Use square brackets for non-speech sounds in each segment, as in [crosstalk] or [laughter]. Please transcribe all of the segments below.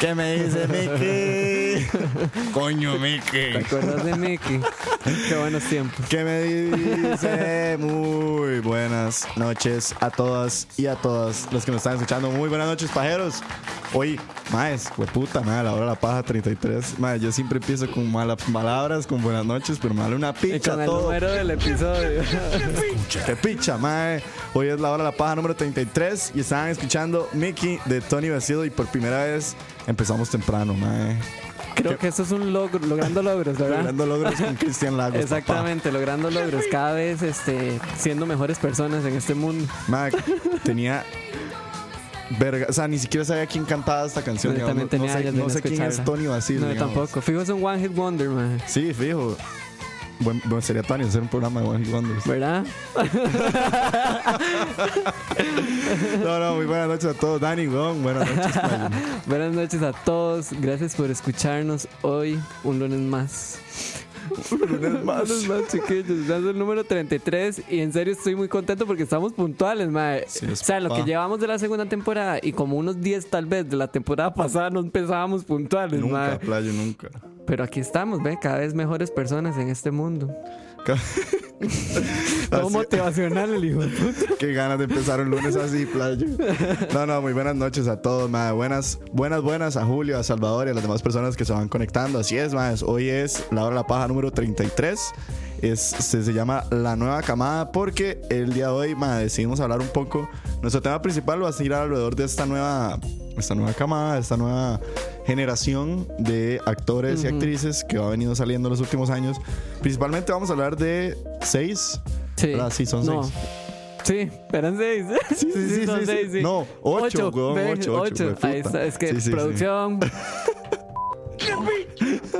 ¿Qué me dice Mickey? [laughs] Coño, Mickey. ¿Te acuerdas de [laughs] Mickey? Qué buenos tiempos. ¿Qué me dice? Muy buenas noches a todas y a todas los que nos están escuchando. Muy buenas noches, pajeros. Hoy, maes, hueputa, madre, la hora de la paja 33. Madre, yo siempre empiezo con malas palabras, con buenas noches, pero me vale una picha. Y con el todo. número [laughs] del episodio. Qué picha, mae. Hoy es la hora de la paja número 33 y estaban escuchando Mickey de Tony Vestido y por primera vez empezamos temprano, mae. Creo que eso es un logro, logrando logros, ¿verdad? Logrando logros con Cristian [laughs] Lagos. Exactamente, logrando logros, cada vez este, siendo mejores personas en este mundo. Mae, tenía Verga, o sea, ni siquiera sabía quién cantaba esta canción. Yo digamos. también tenía no sé, años de no sé quién es escucharla. Tony Basil. No, yo digamos. tampoco. Fijo es un One Hit Wonder, man. Sí, fijo. Buen, bueno, sería Tony hacer un programa de One Hit Wonders. ¿Verdad? No, no, muy buenas noches a todos. Dani, weón, buenas [laughs] noches. Mayo. Buenas noches a todos. Gracias por escucharnos hoy, un lunes más. Un lunes más. Un lunes más, chiquillos. Ya es el número 33 y en serio estoy muy contento porque estamos puntuales, mae. Sí, o es sea, lo papá. que llevamos de la segunda temporada y como unos 10 tal vez de la temporada pasada no empezábamos puntuales, mae. Nunca, playo, [laughs] nunca. Pero aquí estamos, ve, cada vez mejores personas en este mundo. Todo Así- motivacional el hijo. de puta. Qué ganas de empezar un lunes así, playa. No, no, muy buenas noches a todos, madre. Buenas, buenas, buenas a Julio, a Salvador y a las demás personas que se van conectando. Así es, madre. Hoy es la hora de la paja número 33. Es, se, se llama La Nueva Camada porque el día de hoy, madre, decidimos hablar un poco. Nuestro tema principal va a girar alrededor de esta nueva, esta nueva camada, esta nueva generación de actores y actrices que ha venido saliendo en los últimos años. Principalmente vamos a hablar de seis. Sí. ¿verdad? Sí, son No. seis. Sí, eran seis. Sí, sí, sí, sí, sí. No, ocho, weón, ve, ocho, ocho, weón, Ahí puta. está, es que Sí, sí, sí. [laughs] producción.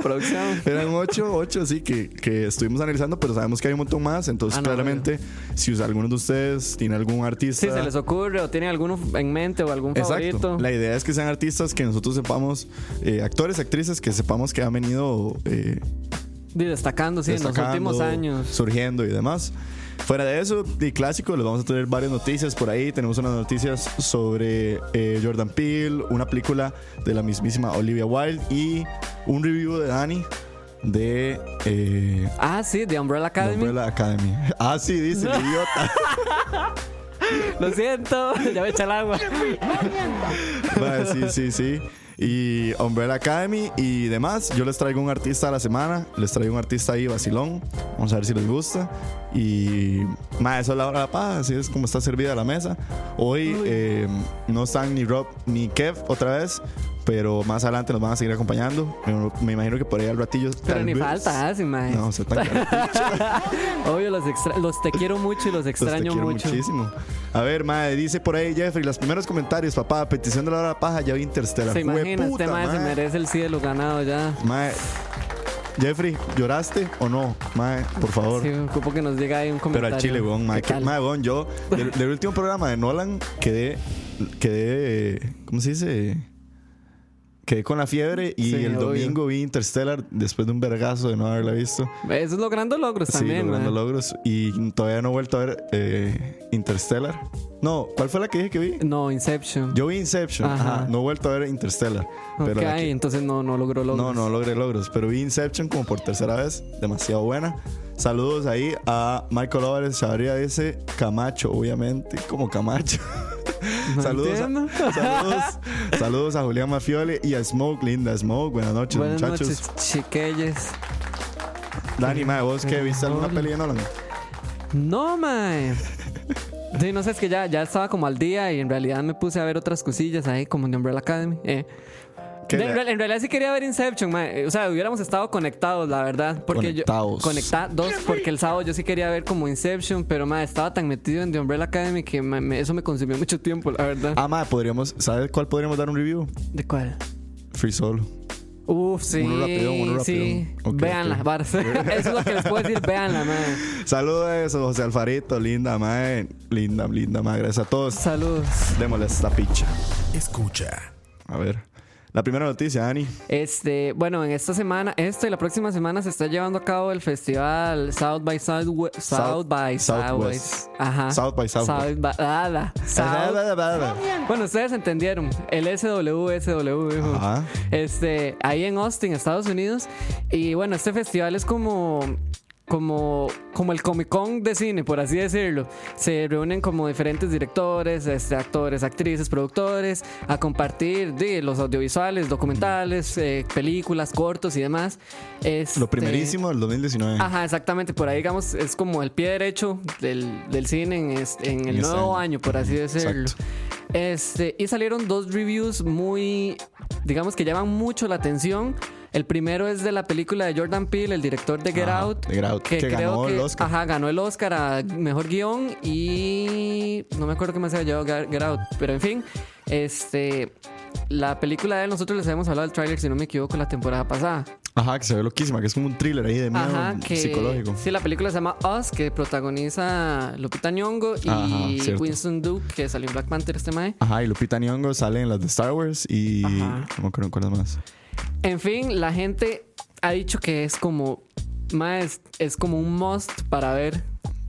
producción. Eran ocho, ocho, sí, que, que estuvimos analizando, pero sabemos que hay un montón más. Entonces, Ah, no, claramente, si usa- alguno de ustedes tiene algún artista. Si se les ocurre o tienen alguno en mente o algún Exacto. favorito. La idea es que sean artistas que nosotros sepamos, eh, actores, actrices, que sepamos que han venido eh, Y Destacando, sí, destacando, en los últimos años. surgiendo y demás. Fuera de eso, de clásico, les vamos a tener varias noticias por ahí. Tenemos unas noticias sobre eh, Jordan Peele, una película de la mismísima Olivia Wilde y un review de Dani de. eh, Ah, sí, de Umbrella La Academy. Umbrella Academy. Ah, sí, dice el [laughs] idiota. Lo siento, [laughs] ya me echa el agua. Vale, sí, sí, sí. Y Umbrella Academy y demás. Yo les traigo un artista a la semana. Les traigo un artista ahí, vacilón. Vamos a ver si les gusta. Y. Más, eso es la hora de la paz. Así es como está servida la mesa. Hoy eh, no están ni Rob ni Kev otra vez. Pero más adelante nos van a seguir acompañando. Me, me imagino que por ahí al ratillo. Pero tal ni vez- falta, ah, sí, mae. No, se [laughs] están Obvio, los, extra- los te quiero mucho y los Los te extraño quiero mucho. muchísimo. A ver, madre, dice por ahí Jeffrey, los primeros comentarios, papá, petición de la hora de la paja, ya vi Interstellar. Se imagina, este Jueputa, mae se merece el cielo ganado ya. Madre, Jeffrey, ¿lloraste o no? Madre, por favor. Sí, ocupo que nos llegue ahí un Pero comentario. al chile, weón, madre, ¿Qué que- tal? madre, weón, yo, del, del último programa de Nolan, quedé, quedé, ¿cómo se dice? Quedé con la fiebre y Sí, el obvio. domingo vi Interstellar después de un vergazo de no haberla visto. Eso es logrando logros sí, también, logrando mae. logros. Y todavía no he vuelto a ver eh, Interstellar. No, ¿cuál fue la que dije que vi? No, Inception. Yo vi Inception, ajá. Ajá. No he vuelto a ver Interstellar. Pero ok, la que- entonces no, no logró logros. no, no logré logros. Pero vi Inception como por tercera vez. Demasiado buena. Saludos ahí a Michael Álvarez Sabría dice Camacho, obviamente, como Camacho. No saludos, entiendo. a, saludos, saludos a Julián Mafiole y a Smoke, linda Smoke. Buenas noches, Buenas muchachos. noches, chiquelles. Dani, mae, ¿vos qué? ¿Viste alguna Hola. peli de Nolan? No, mae. Sí, no sé, es que ya, ya estaba como al día y en realidad me puse a ver otras cosillas ahí, como en Umbrella Academy. eh. ¿Qué De- le- en, real- en realidad sí quería ver Inception, mae. O sea, hubiéramos estado conectados, la verdad. Porque Conectados. Yo, conectados, porque el sábado yo sí quería ver como Inception, pero mae, estaba tan metido en The Umbrella Academy que mae, me- eso me consumió mucho tiempo, la verdad. Ah, mae, podríamos. ¿Sabes cuál podríamos dar un review? ¿De cuál? Free Solo. Uf, sí. Uno rápido, uno sí. rápido. Ok, véanla, ok. varas. [laughs] Eso es lo que les puedo decir, véanla, mae. Saludos, José Alfarito, linda, mae. Linda, linda, mae. Gracias a todos. Saludos. Démosle esta picha. Escucha. A ver. La primera noticia, Dani. Este, bueno, en esta semana, esta y la próxima semana se está llevando a cabo el festival South by Southwest. South, South- by Southwest. Southwest. Ajá. South by Southwest. South by- [laughs] nada. South- bueno, ustedes entendieron. El SW, SW, hijo. Ajá. Este, ahí en Austin, Estados Unidos. Y bueno, este festival es como. Como, como el Comic Con de cine, por así decirlo. Se reúnen como diferentes directores, este, actores, actrices, productores, a compartir de, los audiovisuales, documentales, eh, películas, cortos y demás. Este, Lo primerísimo del 2019. Ajá, exactamente. Por ahí, digamos, es como el pie derecho del, del cine en, este- en el En este nuevo año. año, por así decirlo. Exacto. Este, y salieron dos reviews muy, digamos, que llaman mucho la atención. El primero es de la película de Jordan Peele, el director de Get Ajá, Out. de Get Out, que ganó el Oscar. Ajá, ganó el Oscar a mejor guión y no me acuerdo qué más se había llevado Get Get Out. Pero en fin, este. La película de él, nosotros les habíamos hablado del tráiler, si no me equivoco, la temporada pasada. Ajá, que se ve loquísima, que es como un thriller ahí de miedo Ajá, que psicológico. Sí, la película se llama Us, que protagoniza Lupita Nyong'o y Ajá, cierto. Winston Duke, que salió en Black Panther este mae. Ajá, y Lupita Nyong'o sale en las de Star Wars y Ajá. no me acuerdo en cuáles más. En fin, la gente ha dicho que es como mae, es, es como un must para ver.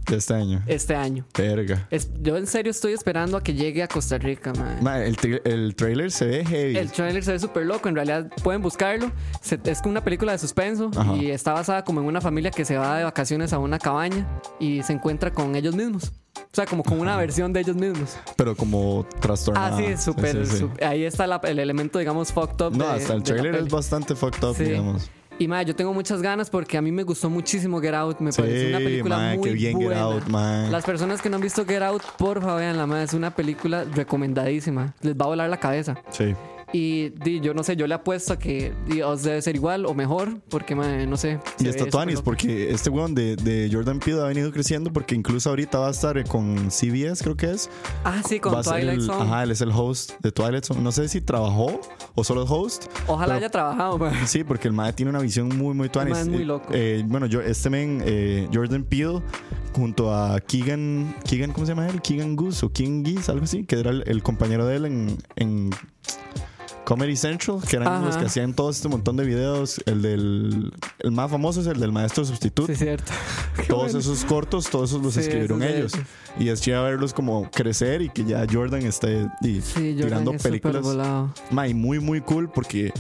de este año. este año. Verga. Es- yo en serio estoy esperando a que llegue a Costa Rica, mae. Ma, el, tri- el trailer se ve heavy. El trailer se ve súper loco, en realidad pueden buscarlo. Se- es como una película de suspenso Ajá. y está basada como en una familia que se va de vacaciones a una cabaña y se encuentra con ellos mismos. O sea, como con una versión de ellos mismos. Pero como trastornado. Ah, sí, súper. Sí, sí, sí. súper- Ahí está la- el elemento, digamos, fucked up. No, de- hasta el de la trailer es peli. bastante fucked up, Sí. digamos. Y madre, yo tengo muchas ganas porque a mí me gustó muchísimo Get Out. Me Sí, pareció una película mae, muy qué bien Get buena. Out, mae. Las personas que no han visto Get Out, porfa, veanla, madre. Es una película recomendadísima. Les va a volar la cabeza. Sí. Y di, yo no sé, yo le apuesto a que di, os debe ser igual o mejor, porque mae, no sé. Y se está ve Tuanis, súper porque este weón de, de Jordan Peele ha venido creciendo, porque incluso ahorita va a estar con CBS, creo que es. loco. Ah, sí, va con a ser Twilight el- Zone. Ajá, él es el host de Twilight Zone. No sé si trabajó o solo es host. Ojalá pero- haya trabajado, mae. Sí, porque el Mae tiene una visión muy, muy tuanis. mae es muy Eh, loco. eh, bueno, yo, este men, eh, Jordan Peele, junto a Keegan, Keegan, ¿cómo se llama él? Keegan Goose o King Geese, algo así, que era el, el compañero de él en, en Comedy Central, que eran Ajá. los que hacían todo este montón de videos. El del. El más famoso es el del maestro sustituto. Sí, cierto. [laughs] Qué [laughs] Todos bueno. esos cortos, todos esos los Sí, escribieron esos de- ellos. Y es chido verlos como crecer y que ya Jordan esté y Sí, Jordan tirando es súper películas. volado. Ma, y muy, muy cool porque,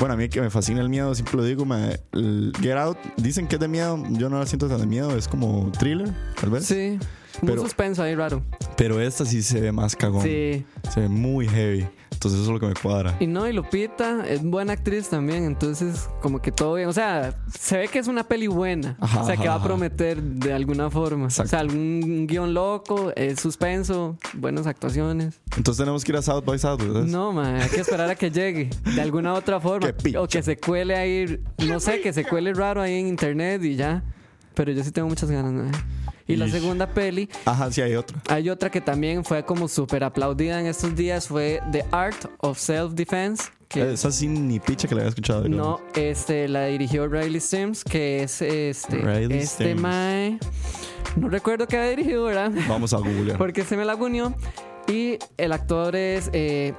bueno, a mí que me fascina el miedo, siempre lo digo, ma, el Get Out, dicen que es de miedo, yo no la siento tan de miedo, es como thriller, tal vez. Sí. Pero- un suspenso ahí raro. Pero esta sí se ve más cagón, Sí. se ve muy heavy, entonces eso es lo que me cuadra. Y no, y Lupita es buena actriz también, entonces como que todo bien. O sea, se ve que es una peli buena. Ajá, o sea, que va a ajá, prometer de alguna forma. Exacto. O sea, algún guión loco, eh, suspenso, buenas actuaciones. Entonces tenemos que ir a South by Southwest. ¿ves? No, man, hay que esperar a que llegue de alguna [laughs] otra forma. Qué picha. O que se cuele ahí, no sé, que se cuele raro ahí en internet y ya. Pero yo sí tengo muchas ganas, man. Y la Ish. segunda peli, Ajá, sí hay otra. hay otra que también fue como súper aplaudida en estos días, fue The Art of Self-Defense. Que Eh, Esa sí ni picha que la había escuchado. digamos. No, este, la dirigió Riley Sims, que es este, Riley este Sims. mae. No recuerdo qué ha dirigido, ¿verdad? Vamos a googlear. Porque se me la unió. Y el actor es eh,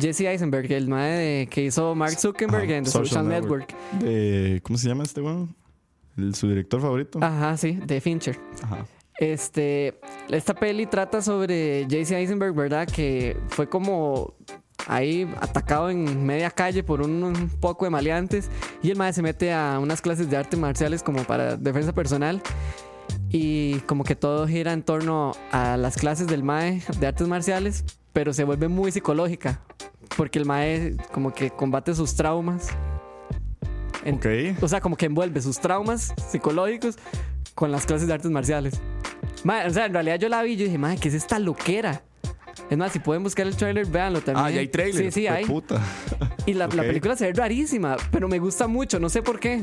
Jesse Eisenberg, el mae de- que hizo Mark Zuckerberg Ajá, en The Social, Network. De- ¿Cómo se llama este weón? El- Su director favorito. Ajá, sí, de Fincher. Ajá. Este, esta peli trata sobre Jesse Eisenberg, ¿verdad? Que fue como ahí atacado en media calle por un, un poco de maleantes y el maestro se mete a unas clases de artes marciales como para defensa personal. Y como que todo gira en torno a las clases del MAE de artes marciales, pero se vuelve muy psicológica, porque el MAE como que combate sus traumas. En- Ok. o sea, como que envuelve sus traumas psicológicos con las clases de artes marciales. Ma, o sea, en realidad yo la vi y yo dije, madre, ¿qué es esta loquera? Es más, si pueden buscar el trailer, véanlo también. Ah, ya hay trailer. Sí, sí, Fue hay. Puta. Y la, la Ok. película se ve rarísima, pero me gusta mucho, no sé por qué.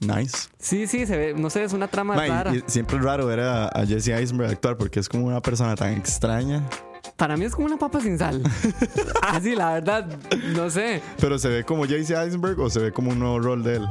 Nice. Sí, sí, se ve, no sé, es una trama Ma, y- rara. y siempre es raro ver a, a Jesse Eisenberg actuar porque es como una persona tan extraña, Para mí es como una papa [laughs] sin sal. ah, sí, la verdad, no sé. pero se ve como Jesse Eisenberg o se ve como un nuevo rol de él.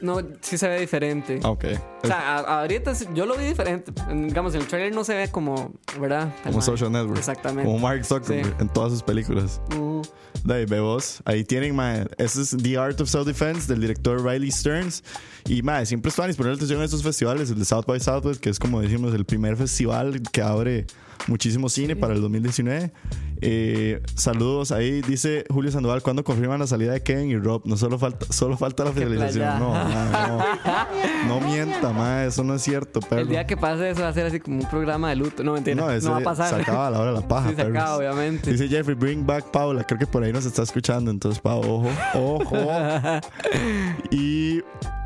No, sí se ve diferente. Ah, ok. O sea, a- ahorita sí- yo lo vi diferente. En- Digamos, en el trailer no se ve como, ¿verdad? El como mae. Social Network. Exactamente. Como Mark Zuckerberg Sí. en todas sus películas. Uh, Ahí ve vos. Ahí tienen, mae. Ese es The Art of Self-Defense del director Riley Stearns. Y, mae, siempre están poniendo atención a estos festivales, el de South by Southwest, que es como decimos, el primer festival que abre muchísimo cine para el 2019. Eh, saludos ahí. Dice Julio Sandoval, ¿cuándo confirman la salida de Kevin y Rob? No solo falta, solo falta la finalización. playa. No, mae, [laughs] no. No mienta, mae. Eso no es cierto, perro. El día que pase eso va a ser así como un programa de luto. No, mentira. No, No, ese va a pasar. Se acaba la hora [laughs] de la paja. Sí, se acaba, perros. obviamente. Dice Jeffrey, bring back Paula. Creo que por ahí nos está escuchando. Entonces, Pau, ojo, ojo. [laughs] y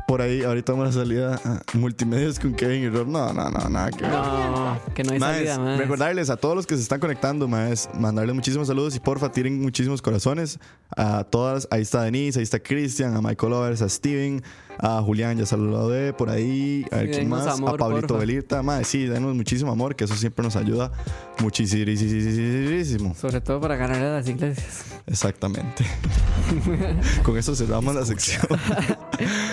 por ahí, ahorita vamos a la salida ah, multimedios con Kevin y Rob. No, no, no, nada que ver. No, que no hay Maes, salida, más. recordarles a todos los que se están conectando, maes, mandarles muchísimos saludos y porfa, tiren muchísimos corazones a todas. Ahí está Denise, ahí está Cristian, a Michael Lovers, a Steven, a Julián, ya saludé por ahí, a Sí, quién dennos más, amor, a Pablito porfa. Belirta, maes, sí, denos muchísimo amor, que eso siempre nos ayuda muchísimo. Sobre todo para ganar a las [laughs] iglesias. [laughs] Exactamente. Con eso cerramos la sección.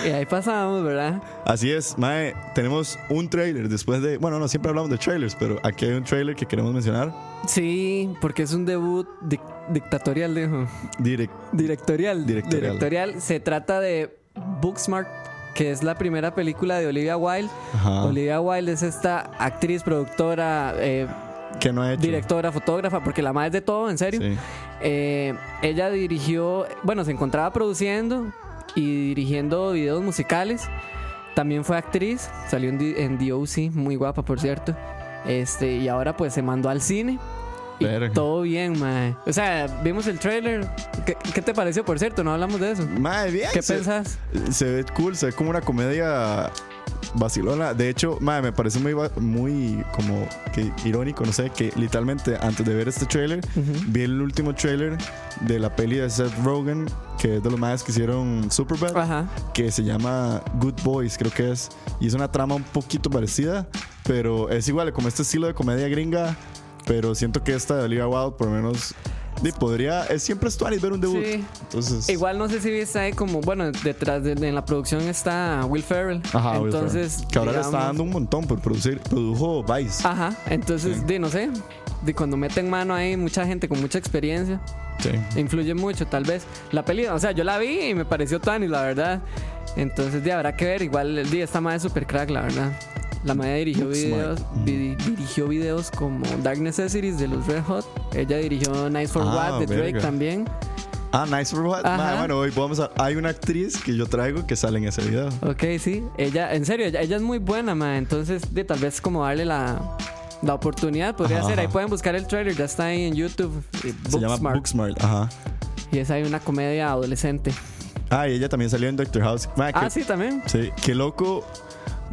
Y ahí pasamos, ¿verdad? Así es, Mae, tenemos un trailer después de. Bueno, no, siempre hablamos de trailers, pero aquí hay un trailer que queremos mencionar. Sí, porque es un debut dic- dictatorial, dijo. Direct, Directorial. Directorial. Se trata de Booksmart que es la primera película de Olivia Wilde. Ajá. Olivia Wilde es esta actriz, productora, eh, Que no ha hecho. directora, fotógrafa, porque la madre es de todo, en serio. Sí. Eh, ella dirigió, bueno, se encontraba produciendo y dirigiendo videos musicales. También fue actriz, salió en, D- en DOC, muy guapa por cierto. Este, y ahora pues se mandó al cine. Y Verga. todo bien, mae. O sea, vimos el trailer. ¿Qué, qué te pareció, por cierto? No hablamos de eso. Madre, bien. ¿Qué se- pensás? Se ve cool, se ve como una comedia vacilona. De hecho, madre, me parece muy, va- muy como que irónico, no sé, que literalmente antes de ver este trailer, vi el último trailer de la peli de Seth Rogen, que es de los más que hicieron Superbad, Ajá. que se llama Good Boys, creo que es. Y es una trama un poquito parecida, pero es igual, como este estilo de comedia gringa. Pero siento que esta de Olivia Wilde, por lo menos, di, podría. Es siempre es tuanis ver un debut. Sí. Entonces. Igual no sé si viste ahí como, bueno, detrás de, en la producción está Will Ferrell. Ajá, Will entonces, Ferrell. Que ahora le está digamos- Ah. dando un montón por producir. Produjo Vice. Ajá, entonces, Sí. di, no sé, de cuando meten mano ahí mucha gente con mucha experiencia, Sí. influye mucho tal vez. La peli, o sea, yo la vi y me pareció tan y la verdad. Entonces, di, habrá que ver, igual, di, esta madre es super crack, la verdad. La madre dirigió Looks videos, smart. Mm. di- dirigió videos como Dark Necessities de los Red Hot. Ella dirigió Nice for Ah, What de Drake verga. también. Ah, Nice for What. Ajá. Madre, bueno, hoy vamos a. Hay una actriz que yo traigo que sale en ese video. Ok, sí. Ella, en serio, ella, ella es muy buena, ma. Entonces, de, tal vez como darle la, la oportunidad, podría Ajá, ser. Ahí ajá. pueden buscar el trailer, ya está ahí en YouTube. eh, Se llama Booksmart. Booksmart. Ajá. Y es ahí una comedia adolescente. Ah, y ella también salió en Doctor House. Madre, Ah, qué- sí, también. Sí, qué loco.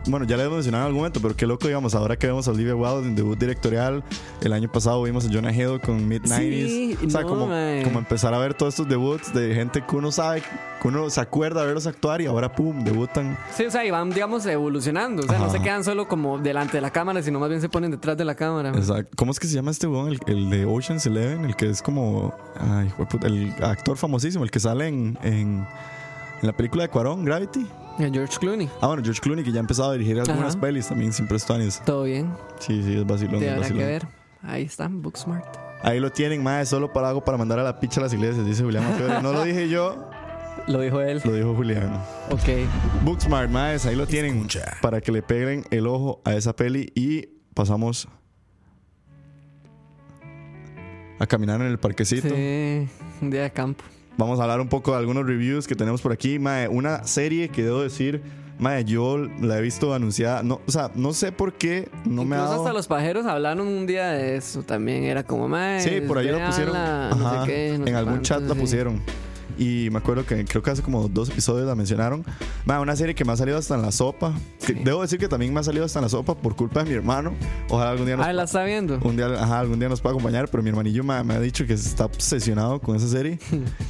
Bueno, ya le he mencionado en algún momento, pero qué loco, digamos, ahora que vemos a Olivia Wilde en debut directorial. El año pasado vimos a Jonah Hill con Mid-90s. Sí, o sea, no, como, mae. como empezar a ver todos estos debuts de gente que uno sabe, que uno se acuerda de verlos actuar y ahora, pum, debutan. Sí, o sea, y van, digamos, evolucionando. O sea, no Ajá. se quedan solo como delante de la cámara, sino más bien se ponen detrás de la cámara. ma. Exacto. ¿Cómo es que se llama este weón? El, el de Ocean's Eleven, el que es como. Ay, jueputa, el actor famosísimo, el que sale en, en, en la película de Cuarón, Gravity. Y George Clooney. Ah, bueno, George Clooney, que ya ha empezado a dirigir algunas Ajá. pelis también, siempre es tuanis. Todo bien. Sí, sí, es vacilón. Te es habrá que vacilón. ver. Ahí está, Booksmart. Ahí lo tienen, más solo para algo para mandar a la picha a las iglesias, dice Julián Mafiore. No lo dije yo, Lo dijo él. lo dijo Julián. Ok. Booksmart, maes, ahí lo tienen. Para que le peguen el ojo a esa peli y pasamos a caminar en el parquecito. Sí, un día de campo. Vamos a hablar un poco de algunos reviews que tenemos por aquí. Mae, una serie que debo decir, mae, yo la he visto anunciada. No, o sea, no sé por qué no me ha Incluso dado. hasta los pajeros hablaron un día de eso también. Era como, más. Sí, por ahí lo pusieron. Este, no Ajá, sé qué, no en sé algún chat la cuánto, sí. pusieron. Y me acuerdo que creo que hace como dos episodios la mencionaron. Ma, una serie que me ha salido hasta en la sopa. Que Sí. Debo decir que también me ha salido hasta en la sopa por culpa de mi hermano. Ojalá algún día nos, Ah, la está viendo. un día, ajá, algún día nos pueda acompañar. Pero mi hermanillo ma, me ha dicho que está obsesionado con esa [laughs] serie.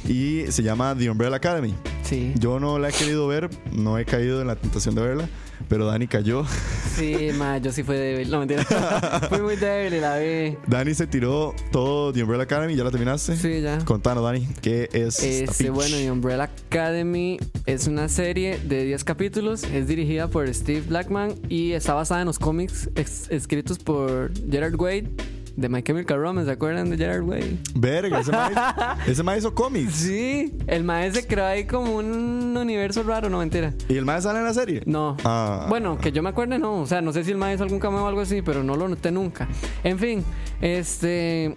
y se llama The Umbrella Academy. Sí. [laughs] Yo no la he querido ver, no he caído en la tentación de verla. Pero Dani cayó. [laughs] Sí, ma, yo sí fui débil. No, mentira. fui muy débil y la vi. Dani se tiró todo The Umbrella Academy. ¿Ya la terminaste? Sí, ya. Contanos, Dani, ¿qué es esta Este, pitch? bueno, The Umbrella Academy es una serie de 10 capítulos. Es dirigida por Steve Blackman y está basada en los cómics ex- escritos por Gerard Wade de My Chemical Romance. ¿Se acuerdan de Gerard Wade? Verga, ese mae, [laughs] ese mae hizo cómics. Sí, el maestro creó ahí como un universo raro, no mentira. ¿Y el mae sale en la serie? No. Ah. Bueno, que yo me acuerde, no. O sea, no sé si el maestro hizo algún cameo o algo así, pero no lo noté nunca. En fin, este.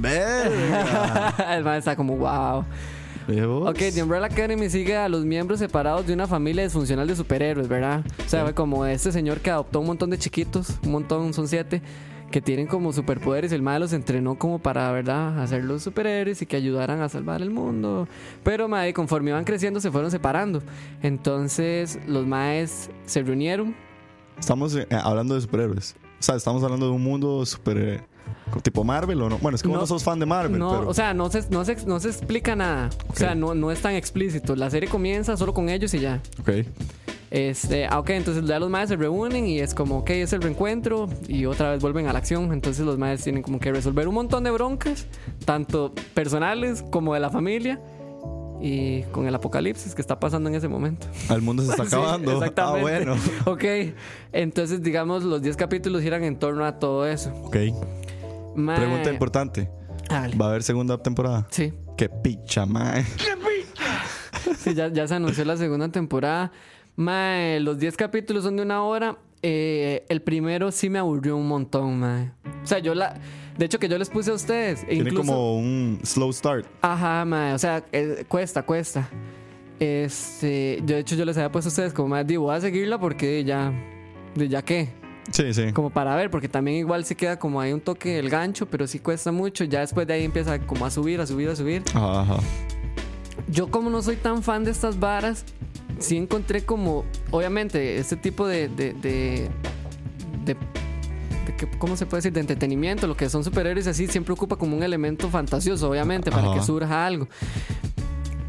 Verga. el maestro está como, wow. Ve vos. [laughs] Ok, The Umbrella Academy sigue a los miembros separados de una familia disfuncional de superhéroes, ¿verdad? O sea, como este señor que adoptó un montón de chiquitos, un montón, son siete, que tienen como superpoderes. El mae los entrenó como para, ¿verdad?, hacer los superhéroes y que ayudaran a salvar el mundo. Pero, mae, conforme iban creciendo, se fueron separando. Entonces, los maes se reunieron. Estamos eh, hablando de superhéroes. O sea, estamos hablando de un mundo super. eh, tipo Marvel o no. Bueno, es que vos no No. sos fan de Marvel, No, pero. o sea, no se, no se, no se explica nada. O sea, no, no es tan explícito. La serie comienza solo con ellos y ya. ok. Este, ah, ok, entonces ya los maes se reúnen y es como, ok, es el reencuentro y otra vez vuelven a la acción. Entonces los maes tienen como que resolver un montón de broncas, tanto personales como de la familia y con el apocalipsis que está pasando en ese momento. El mundo se está [laughs] Sí, acabando. exactamente. Ah, bueno. [laughs] Ok, entonces digamos los 10 capítulos giran en torno a todo eso. Ok. Mae- Pregunta importante. Hágale. ¿Va a haber segunda temporada? Eh. Sí, [laughs] Qué picha, mae. sí, ya, ya se anunció la segunda temporada. Mae, los 10 capítulos son de una hora. Eh, el primero sí me aburrió un montón, mae. O sea, yo la. De hecho, que yo les puse a ustedes. e Tiene incluso- como un slow start. Ajá, mae. O sea, eh, cuesta, cuesta. Este. Yo, de hecho, yo les había puesto a ustedes como, mae, digo, voy a seguirla porque ya. De ya qué. Sí, sí. Como para ver, porque también igual sí queda como ahí un toque del gancho, pero sí cuesta mucho. Ya después de ahí empieza como a subir, a subir, a subir. Ajá, ajá. Yo como no soy tan fan de estas varas, sí encontré como, obviamente, este tipo de... de, de, de- de que- ¿Cómo se puede decir? De entretenimiento, lo que son superhéroes y así, siempre ocupa como un elemento fantasioso, obviamente, para Ajá. que surja algo.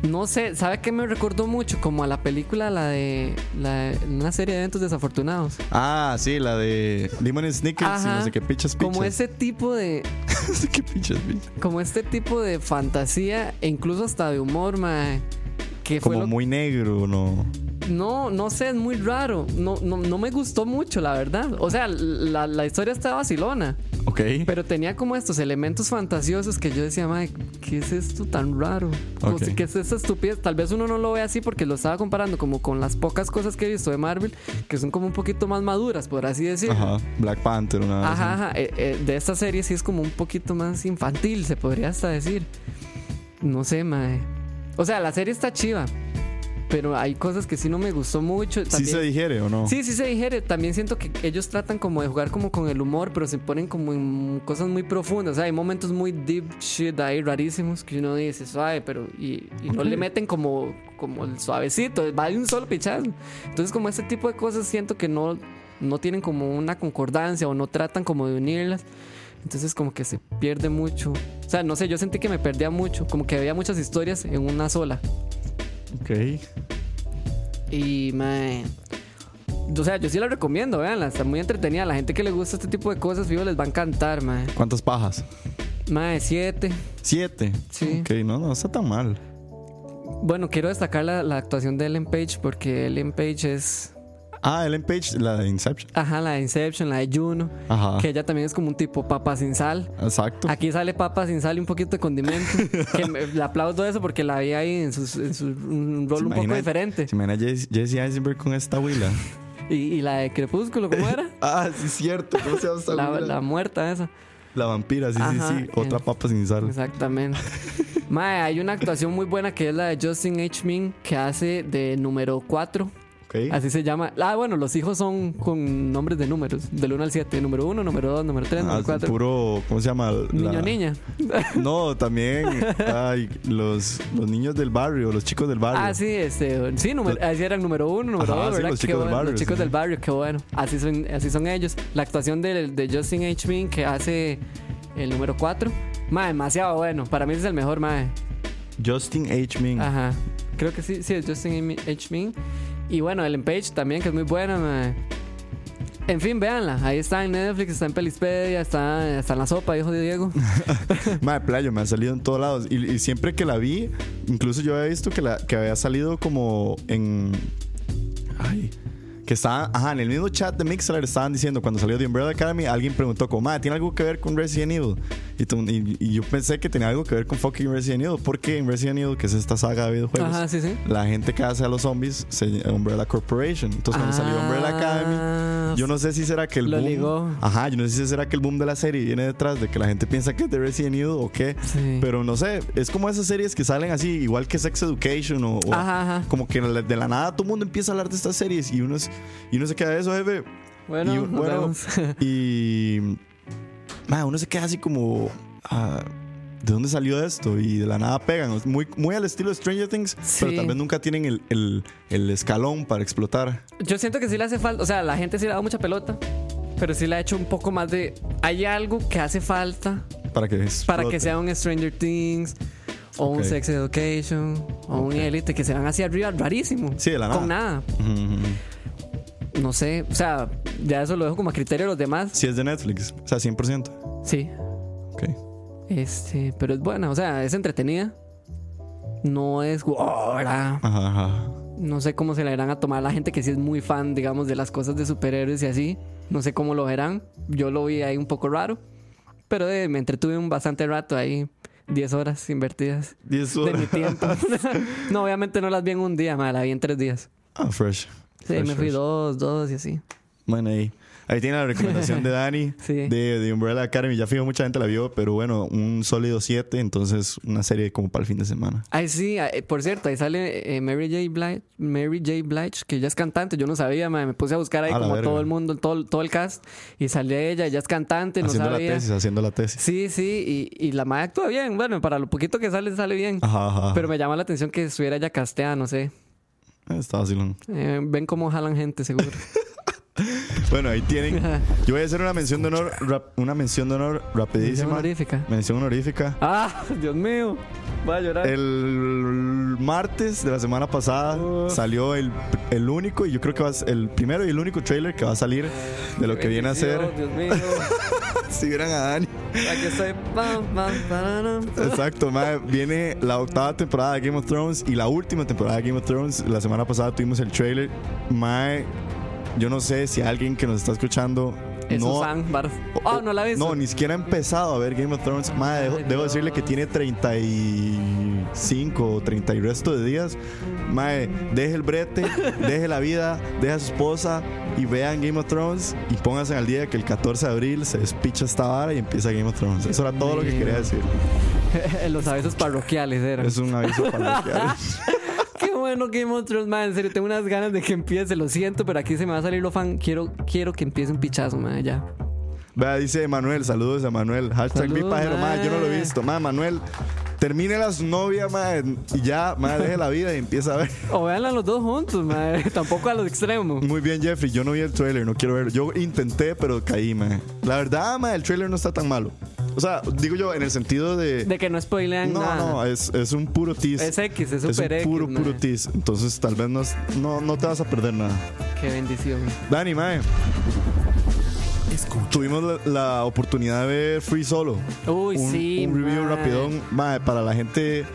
No sé, ¿sabe qué me recordó mucho? Como a la película, la de, la de una serie de eventos desafortunados. Ah, sí, la de Lemon Snickers y Ajá. no sé qué pichas pichas. Como ese tipo de, [laughs] no sé qué pichas pichas. como este tipo de fantasía e incluso hasta de humor, mae, que fue Como lo- muy negro, ¿no? no, no sé, es muy raro. No, no, no me gustó mucho, la verdad. O sea, la, la historia estaba vacilona, Ok. pero tenía como estos elementos fantasiosos que yo decía, mae, ¿qué es esto tan raro? O Ok. sea, ¿Qué es esta estupidez? Tal vez uno no lo ve así porque lo estaba comparando como con las pocas cosas que he visto de Marvel, que son como un poquito más maduras, por así decirlo. Ajá. Black Panther, una vez. Ajá, ajá. Eh, eh, de esta serie sí es como un poquito más infantil, se podría hasta decir. No sé, mae. O sea, la serie está chiva. Pero hay cosas que sí no me gustó mucho. ¿Sí se También- digiere o no? Sí, sí se digiere. También siento que ellos tratan como de jugar como con el humor, pero se ponen como en cosas muy profundas. O sea, hay momentos muy deep shit ahí rarísimos que uno dice suave, pero y, y no le meten como, como el suavecito, va de un solo pichazo. Entonces, como este tipo de cosas siento que no, no tienen como una concordancia o no tratan como de unirlas. Entonces como que se pierde mucho. O sea, no sé, yo sentí que me perdía mucho, como que había muchas historias en una sola. Ok. Y mae. O sea, yo sí la recomiendo, veanla, está muy entretenida. La gente que le gusta este tipo de cosas, fijo, les va a encantar, mae. ¿Cuántas pajas? Mae, siete. Siete. Sí. Ok, no, no está tan mal. Bueno, quiero destacar la, la actuación de Ellen Page porque Ellen Page es. Ah, Ellen Page, la de Inception. Ajá, la de Inception, la de Juno. Ajá. Que ella también es como un tipo papa sin sal. Exacto. Aquí sale papa sin sal y un poquito de condimento. que me- le aplaudo eso porque la vi ahí en, sus- en su, un rol un poco imagina- diferente. ¿Se imagina Jesse, Jesse Eisenberg con esta huila? Y, y la de Crepúsculo, ¿cómo era? [laughs] ah, sí, es cierto. ¿Cómo se llama esta la, huila? la muerta esa. La vampira, sí, Ajá, eh, sí, sí. Otra el- papa sin sal. Exactamente. Mae, hay una actuación muy buena que es la de Justin H. Min que hace de número 4. Ok. Así se llama. Ah, bueno, los hijos son con nombres de números, del 1 al 7. Número 1, número 2, número 3, Ah, número 4. puro, ¿cómo se llama? La- Niño, niña. [laughs] No, también ay, los, los niños del barrio, los chicos del barrio. Ah, sí, este, sí, número, así eran número 1, número Ajá, 2, sí, ¿verdad? los Qué chicos del bueno, barrio, los chicos sí. del barrio, qué bueno. Así son, así son ellos. La actuación de, de Justin H. Min que hace el número 4. Mae, demasiado bueno. Para mí ese es el mejor, mae. Justin H. Ming. Ajá. Creo que sí, sí, es Justin H. Ming. Y bueno, Ellen Page también, que es muy buena, mae. En fin, véanla. Ahí está en Netflix, está en Pelispedia, está, está en la sopa, hijo de [laughs] Diego. Madre, playo, me ha salido en todos lados. Y, y siempre que la vi, incluso yo había visto que, la, que había salido como en. Ay. Que estaba. Ajá, en el mismo chat de Mixler estaban diciendo cuando salió The Umbrella Academy, alguien preguntó, como, madre, ¿tiene algo que ver con Resident Evil? Y, tú- y- y yo pensé que tenía algo que ver con fucking Resident Evil, porque en Resident Evil, que es esta saga de videojuegos, Ajá, sí, sí. la gente que hace a los zombies se llama Umbrella Corporation. Entonces, cuando salió Umbrella Academy. Yo no sé si será que el Ah, Lo boom. ligó. Ajá, yo no sé si será que el boom de la serie viene detrás de que la gente piensa que es de Resident Evil o qué. Sí. Pero no sé, es como esas series que salen así, igual que Sex Education o. o Ajá, ajá. Como que la- de la nada todo el mundo empieza a hablar de estas series y uno, es- y uno se queda de eso, jefe. Bueno, y, nos vemos. [laughs] y. ma, uno se queda así como. ah, ¿De dónde salió esto? Y de la nada pegan. Es Muy, muy al estilo de Stranger Things, Sí. pero tal vez nunca tienen el, el- el escalón para explotar. Yo siento que sí le hace falta, o sea, la gente sí le ha dado mucha pelota, pero sí le ha hecho un poco más de... Hay algo que hace falta Para que, para explote. que sea un Stranger Things o un Ok. Sex Education o un Elite que se van hacia arriba rarísimo. Sí, de la Con nada. Ujú, ujú. No sé, o sea, ya eso lo dejo como a criterio de los demás. Si es de Netflix, o sea, 100%. Sí, Ok. este, pero es buena, o sea, es entretenida. No es wow, ¿verdad? Ajá, ajá. no sé cómo se la irán a tomar la gente que sí es muy fan, digamos, de las cosas de superhéroes y así. No sé cómo lo verán. Yo lo vi ahí un poco raro, pero eh, me entretuve un bastante rato ahí, 10 horas invertidas 10 de horas. [laughs] [laughs] mi tiempo. no, obviamente no las vi en un día, ma, la vi en tres días. Ah, fresh. Sí, Fresh, me fui fresh. dos, dos y así. Bueno, ahí. Ahí tiene la recomendación [laughs] de Dani Sí. de, de Umbrella Academy. Ya fijo, mucha gente la vio, pero bueno, un sólido 7, entonces una serie como para el fin de semana. Ay, sí, ah, eh, por cierto, ahí sale eh, Mary, J. Blige, Mary J. Blige, que ella es cantante, yo no sabía, mae, me puse a buscar ahí A la como verga. todo el mundo, todo, todo el cast, y sale ella, ella es cantante, no haciendo sabía. la tesis, haciendo la tesis. Sí, sí, y, y la madre actúa bien, bueno, para lo poquito que sale, sale bien. Ajá, ajá. Pero me llama la atención que estuviera ya casteada, no sé. Eh, Está vacilón. Eh, ven cómo jalan gente, seguro. [laughs] Bueno, ahí [laughs] tienen. Yo voy a hacer una mención de honor, rap- una mención de honor Mención rapidísima. honorífica. Mención honorífica. ¡Ah! ¡Dios mío! Voy a llorar. El martes de la semana pasada Uf. salió el, el único, y yo creo que va a ser el primero y el único trailer que va a salir de lo que viene a ser. Dios mío. Si vieran a Dani. Aquí estoy. Pam, pam, pararam. Exacto, mae. Viene la octava temporada de Game of Thrones y la última temporada de Game of Thrones. La semana pasada tuvimos el trailer. Mae, yo no sé si alguien que nos está escuchando. Es no, Susan Bar- o- Ah, no la ves. No, ni siquiera ha empezado a ver Game of Thrones. Mae, dejo- Ay, debo Dios. decirle que tiene 35 o 30 y resto de días. Mae, deje el brete, [laughs] deje la vida, deje a su esposa y vean Game of Thrones y pónganse al día que el 14 de abril se despicha esta vara y empieza Game of Thrones. Eso era todo lo que Mío. quería decir. [laughs] Los avisos parroquiales eran. Es un aviso [laughs] parroquial. Qué bueno Game of Thrones, man. En serio, tengo unas ganas de que empiece. Lo siento, pero aquí se me va a salir lo fan. Quiero, quiero que empiece un pichazo, man. Ya. Vea, dice Manuel, saludos a Manuel. Hashtag Saludos, mi pajero, ma, yo no lo he ma. visto. Ma, Manuel, termine las novias, ma, y ya, ma, deje la vida y empieza a ver. O vean a los dos juntos, man. [laughs] Tampoco a los extremos. Muy bien, Jeffrey, yo no vi el trailer, no quiero verlo. Yo intenté, pero caí, ma. La verdad, ma, el trailer no está tan malo. O sea, digo yo, en el sentido de... De que no spoilean no, nada. no, es, es un puro tease. Es X, es Es super un X. puro, man. puro tease. Entonces, tal vez no, es- no, no te vas a perder nada. Qué bendición. Dani, mae, tuvimos la, la oportunidad de ver Free Solo. Uy, un, sí. un review man. rapidón mae, para la gente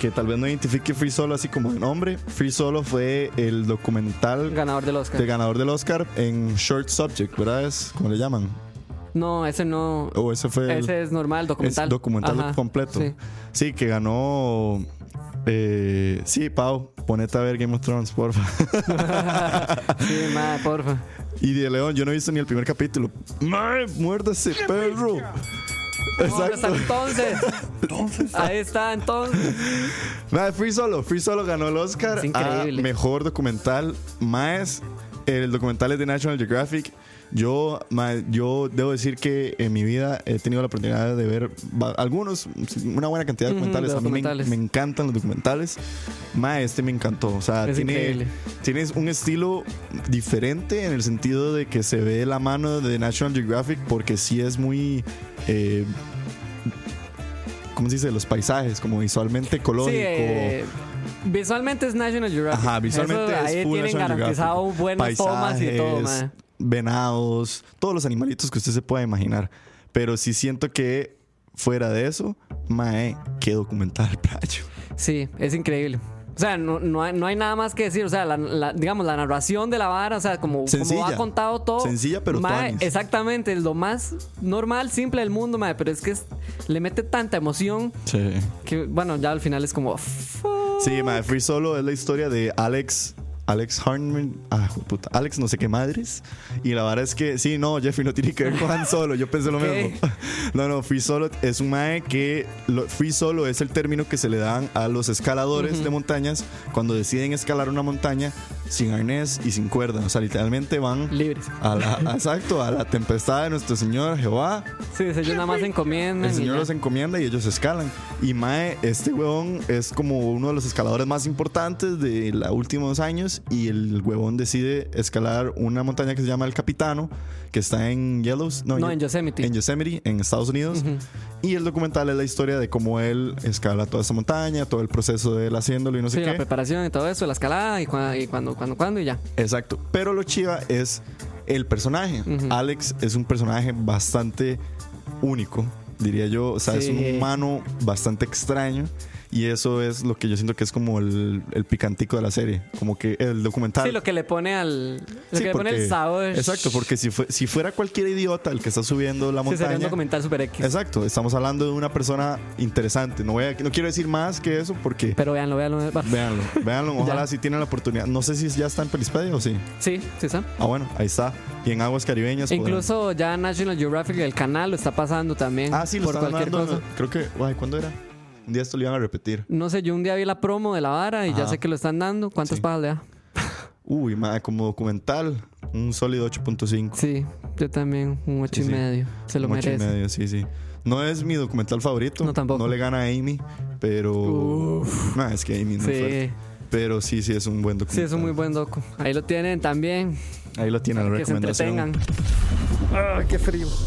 que tal vez no identifique Free Solo así como de nombre. Free Solo fue el documental Ganador del Oscar. del ganador del Oscar en Short Subject, ¿verdad? Es como le llaman. No, ese no. O ese fue el Ese es normal, documental. es documental Ajá, completo. Sí. sí. que ganó. eh, sí, Pau, ponete a ver Game of Thrones, porfa. [laughs] Sí, madre, porfa. Y de León, yo no he visto ni el primer capítulo. ¡Mae, muérdase, perro! Vamos hasta Exacto. Entonces, ahí está, entonces. Mae, Free Solo. Free Solo ganó el Oscar Es a increíble. mejor documental. Más el documental es de National Geographic. Yo, mae, yo debo decir que en mi vida he tenido la oportunidad de ver ba- algunos, una buena cantidad de Ujú, documentales. de a mí me- documentales. Me, encantan los documentales. Mae, este me encantó. O sea, Es tiene, increíble. tienes un estilo diferente en el sentido de que se ve la mano de National Geographic porque sí es muy... eh, ¿Cómo se dice? Los paisajes, como visualmente ecológico. Sí, eh, visualmente es National Geographic. Ajá, visualmente Eso, es ahí full tienen National garantizado Geographic. buenas tomas y todo, Paisajes, madre. Venados, todos los animalitos que usted se pueda imaginar. Pero sí siento que fuera de eso, mae, qué documental, [laughs] playo. Sí, es increíble. O sea, no, no, hay, no hay nada más que decir. O sea, la, la- digamos, la narración de la vara, o sea, como, como Sencilla. ha contado todo. Sencilla, pero mae, tuanis. Exactamente, es lo más normal, simple del mundo, mae, pero es que es- le mete tanta emoción Sí. que, bueno, ya al final es como. "Fuck". Sí, mae, Free Solo es la historia de Alex. Alex Harmon, ah, puta, Alex no sé qué madres. Y la verdad es que, sí, no, Jeffrey no tiene que ver con Han Solo, yo pensé lo Ok. mismo. [laughs] No, no, Free Solo es un mae que, lo- Free Solo es el término que se le dan a los escaladores de montañas cuando deciden escalar una montaña sin arnés y sin cuerda. O sea, literalmente van Libres. a la, exacto, a la tempestad de nuestro Señor Jehová, Sí, ellos nada más encomiendan. el y señor ya. los encomienda y ellos escalan. Y Mae, este huevón es como uno de los escaladores más importantes de los últimos años. Y el huevón decide escalar una montaña que se llama El Capitano, que está en Yellows. No, en Yosemite. En Yosemite, en Estados Unidos. Y el documental es la historia de cómo él escala toda esa montaña, todo el proceso de él haciéndolo y no Sí, sé la qué. preparación y todo eso, la escalada y, cua- y cuando, cuando, cuando y ya. Exacto. Pero lo chiva es el personaje. Alex es un personaje bastante único, diría yo. O sea, es un Sí. humano bastante extraño. Y eso es lo que yo siento que es como el, el picantico de la serie. Como que el documental. Sí, lo que le pone al. Lo Sí, que le pone el porque- sabor. Exacto, porque si, fue- si fuera cualquier idiota el que está subiendo la Sí, sería un montaña. documental super X. exacto, estamos hablando de una persona interesante. No, voy a- no quiero decir más que eso porque. Pero véanlo, véanlo. va. Véanlo, véanlo. Ojalá [laughs] Ya. si tienen la oportunidad. No sé si ya está en Pelispedia o sí. Sí, sí está. Ah, bueno, ahí está. Y en aguas caribeñas. pues, podrán- Incluso ya National Geographic, el canal, lo está pasando también. Ah, sí, lo por están cualquier dando. cosa. Creo que. Ay, ¿Cuándo era? Un día esto lo iban a repetir. No sé, yo un día vi la promo de la vara y ya Ajá. sé que lo están dando. ¿Cuántas Sí. pagas le da? Uy, ma, como documental, un sólido 8.5. Sí, yo también, un ocho Sí, y sí. medio. Se lo Un ocho y merece. medio, sí, sí. No es mi documental favorito. No, tampoco. No le gana a Amy, pero. Uf. Nah, es que Amy no es fuerte. Sí, Pero sí, sí, es un buen documental. sí, es un muy buen docu. Ahí lo tienen también. Ahí lo tiene la Que se recomendación. entretengan.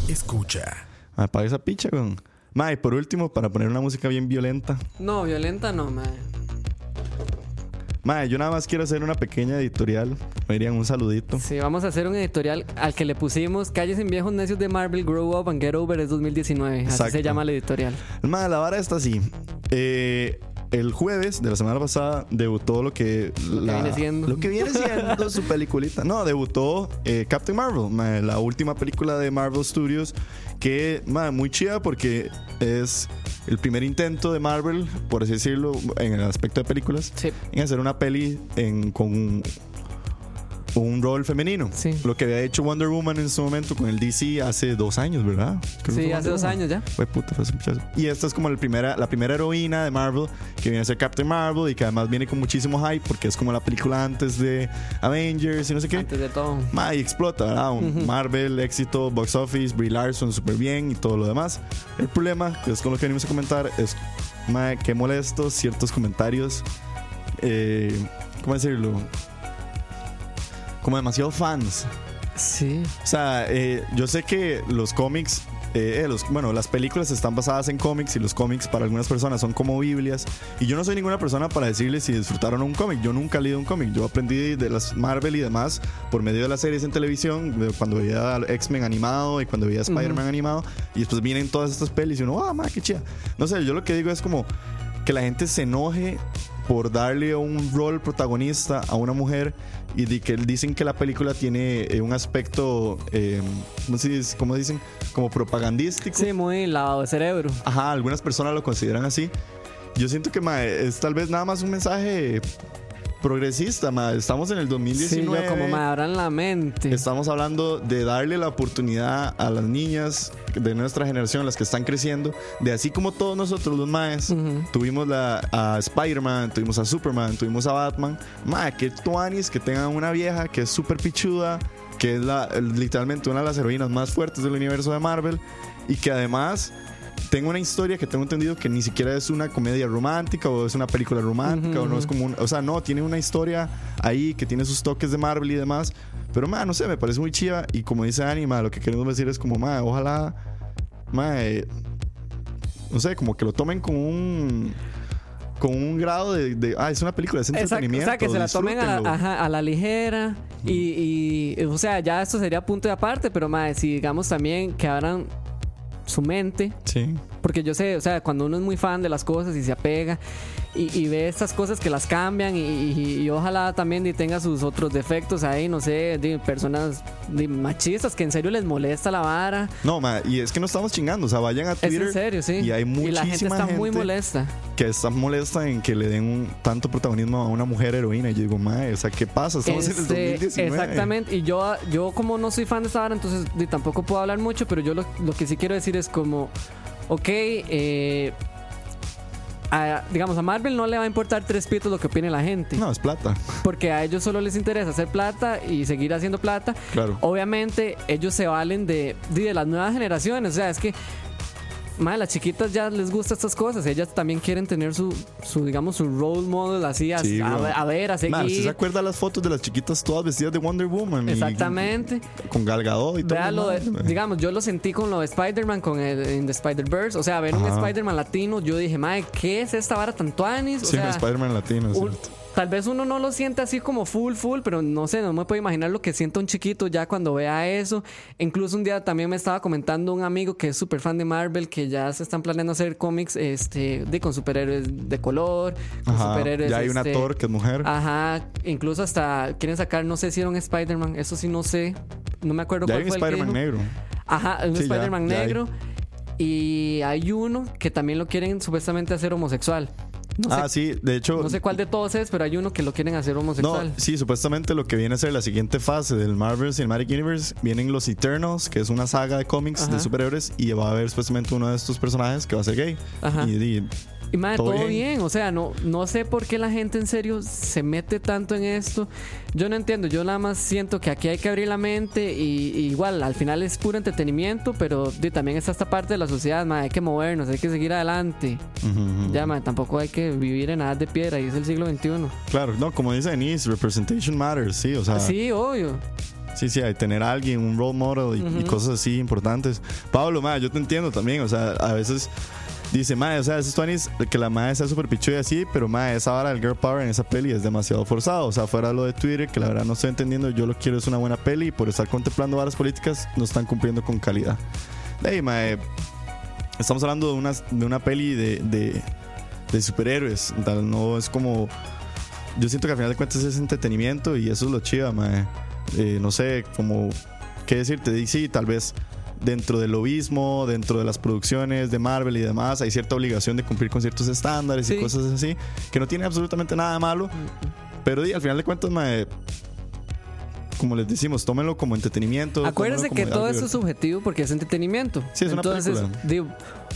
Escucha. Apaga Ah, esa picha, con. Ma, y por último, para poner una música bien violenta. No, violenta no, madre. Ma, yo nada más quiero hacer una pequeña editorial. Me dirían un saludito. Sí, vamos a hacer un editorial al que le pusimos Calles en viejos necios de Marvel, Grow Up and Get Over es 2019. Así Exacto. se llama el editorial. Madre, la vara está así. Eh, el jueves de la semana pasada debutó lo que. la- viene siendo. Lo que viene siendo su peliculita. No, debutó eh, Captain Marvel, mae, la última película de Marvel Studios. Que, madre, muy chida porque es el primer intento de Marvel, por así decirlo, en el aspecto de películas, Sí. en hacer una peli en- con un, un rol femenino. Sí. Lo que había hecho Wonder Woman en su momento con el DC hace dos años, ¿verdad? Creo que Sí, fue hace Wonder dos Woman. años ya. Fue puta, fue hace muchas- Y esta es como la primera, la primera heroína de Marvel que viene a ser Captain Marvel y que además viene con muchísimo hype porque es como la película antes de Avengers y no sé qué. Antes de todo. Ma, y explota, ¿verdad? Un Marvel, éxito, box office, Brie Larson súper bien y todo lo demás. El problema, que es con lo que venimos a comentar, es ma, que molestos ciertos comentarios. eh, ¿Cómo decirlo? Como demasiado fans. Sí. O sea, eh, yo sé que los cómics, eh, eh, los- bueno, las películas están basadas en cómics y los cómics para algunas personas son como Biblias. Y yo no soy ninguna persona para decirles si disfrutaron un cómic. Yo nunca he leído un cómic. Yo aprendí de las Marvel y demás por medio de las series en televisión, de cuando veía al X-Men animado y cuando veía a Spider-Man animado. Y después vienen todas estas pelis y uno, ah, ma, qué chida. No sé, yo lo que digo es como que la gente se enoje por darle un rol protagonista a una mujer y di que dicen que la película tiene eh, un aspecto, eh, ¿cómo, se dice? ¿Cómo dicen? Como propagandístico. Sí, muy lavado de cerebro. Ajá, algunas personas lo consideran así. Yo siento que mae, es tal vez nada más un mensaje progresista, mae. estamos en el Sí, 2019. yo como me abran la mente. Estamos hablando de darle la oportunidad a las niñas de nuestra generación, las que están creciendo, de así como todos nosotros los maes, tuvimos la, a Spider-Man, tuvimos a Superman, tuvimos a Batman. Mae, que tuanis que tengan una vieja que es súper pichuda, que es la, literalmente una de las heroínas más fuertes del universo de Marvel y que además tengo una historia que tengo entendido que ni siquiera es una comedia romántica o es una película romántica o no es como un, o sea no tiene una historia ahí que tiene sus toques de Marvel y demás pero ma no sé me parece muy chiva y como dice Anima lo que queremos decir es como ma ojalá ma eh, no sé como que lo tomen con un con un grado de, de- ah es una película es Exacto, o entretenimiento sea, que se la tomen a la, disfrútenlo. ajá, a la ligera. Y, y, o sea, ya esto sería punto de aparte, pero más, si digamos también que abran su mente, sí porque yo sé, o sea, cuando uno es muy fan de las cosas y se apega y, y ve estas cosas que las cambian y, y- y ojalá también y tenga sus otros defectos ahí, no sé, de personas de machistas que en serio les molesta la vara. no ma y es que no estamos chingando o sea vayan a Es Twitter en serio, sí. y hay muchísima la gente está muy molesta. que está molesta en que le den un, tanto protagonismo a una mujer heroína. Y yo digo, mae, o sea, ¿qué pasa? Estamos en Este, el 2019. Exactamente, y yo, yo como no soy fan de esta vara, entonces di, tampoco puedo hablar mucho, pero yo lo, lo que sí quiero decir es como, ok, eh, a- digamos, a Marvel no le va a importar tres pitos lo que opine la gente, No, es plata. porque a ellos solo les interesa hacer plata y seguir haciendo plata. Claro. Obviamente ellos se valen de, di, de las nuevas generaciones, o sea, es que... Madre, las chiquitas ya les gustan estas cosas, ellas también quieren tener su, su digamos, su role model así, a, Sí, a- bro. a ver, a seguir. Mae, ¿usted se acuerda las fotos de las chiquitas todas vestidas de Wonder Woman? y- Exactamente. con galgado y todo. Vea lo de- mae. digamos, yo lo sentí con lo de Spider-Man, con el en The Spider-Verse. O sea, ver un Ajá. Spider-Man latino, yo dije, madre, ¿qué es esta vara tan tuanis? O Sí, sea, Spider-Man latino. es un- cierto. Tal vez uno no lo siente así como full, full, pero no sé, no me puedo imaginar lo que sienta un chiquito ya cuando vea eso. Incluso un día también me estaba comentando un amigo que es súper fan de Marvel, que ya se están planeando hacer cómics este, de, con superhéroes de color, con Ajá, superhéroes. ya hay una este, Thor que es mujer. Ajá, incluso hasta quieren sacar, no sé si era un Spider-Man, eso sí no sé, no me acuerdo ya hay cuál un fue el que Spider-man dijo. negro. Ajá, un Sí, ya, Spider-Man ya hay. negro. Y hay uno que también lo quieren supuestamente hacer homosexual. No, ah, sé, sí, de hecho. no sé cuál de todos es, pero hay uno que lo quieren hacer No, homosexual. sí, supuestamente lo que viene a ser la siguiente fase del Marvel Cinematic Universe vienen los Eternals, que es una saga de cómics Ajá. de superhéroes, y va a haber supuestamente uno de estos personajes que va a ser gay. Ajá. Y, y- y madre, todo todo, bien. bien. O sea, no, no sé por qué la gente en serio se mete tanto en esto. Yo no entiendo. Yo nada más siento que aquí hay que abrir la mente. Y, y igual, al final es puro entretenimiento, pero de- también está esta parte de la sociedad. madre, hay que movernos, hay que seguir adelante. Ujú, ujú. Ya, madre, tampoco hay que vivir en edad de piedra. Y es el siglo XXI. Claro, no, como dice Denise, representation matters, sí, o sea, sí, Sí, obvio. sí, hay tener a alguien, un role model y, y cosas así importantes. Pablo, ma, yo te entiendo también, o sea, a veces dice, ma, o sea, es Tuanis, que la madre sea súper pichuda y así, pero ma, esa vara del girl power en esa peli es demasiado forzado, o sea, fuera lo de Twitter, que la verdad no estoy entendiendo, yo lo quiero, es una buena peli y por estar contemplando varas políticas no están cumpliendo con calidad. Ey, ma, eh, estamos hablando de una, de una peli de, de, de superhéroes, tal, no es como yo siento que al final de cuentas es entretenimiento y eso es lo chiva, mae. Eh, no sé, como, ¿qué decirte? Y Sí, tal vez dentro del lobismo, dentro de las producciones de Marvel y demás, hay cierta obligación de cumplir con ciertos estándares y Sí. cosas así, que no tiene absolutamente nada de malo, pero di, al final de cuentas, mae, como les decimos, tómenlo como entretenimiento. Acuérdense tómenlo que como todo algo esto es subjetivo porque es entretenimiento. Sí, es una Entonces, película. digo,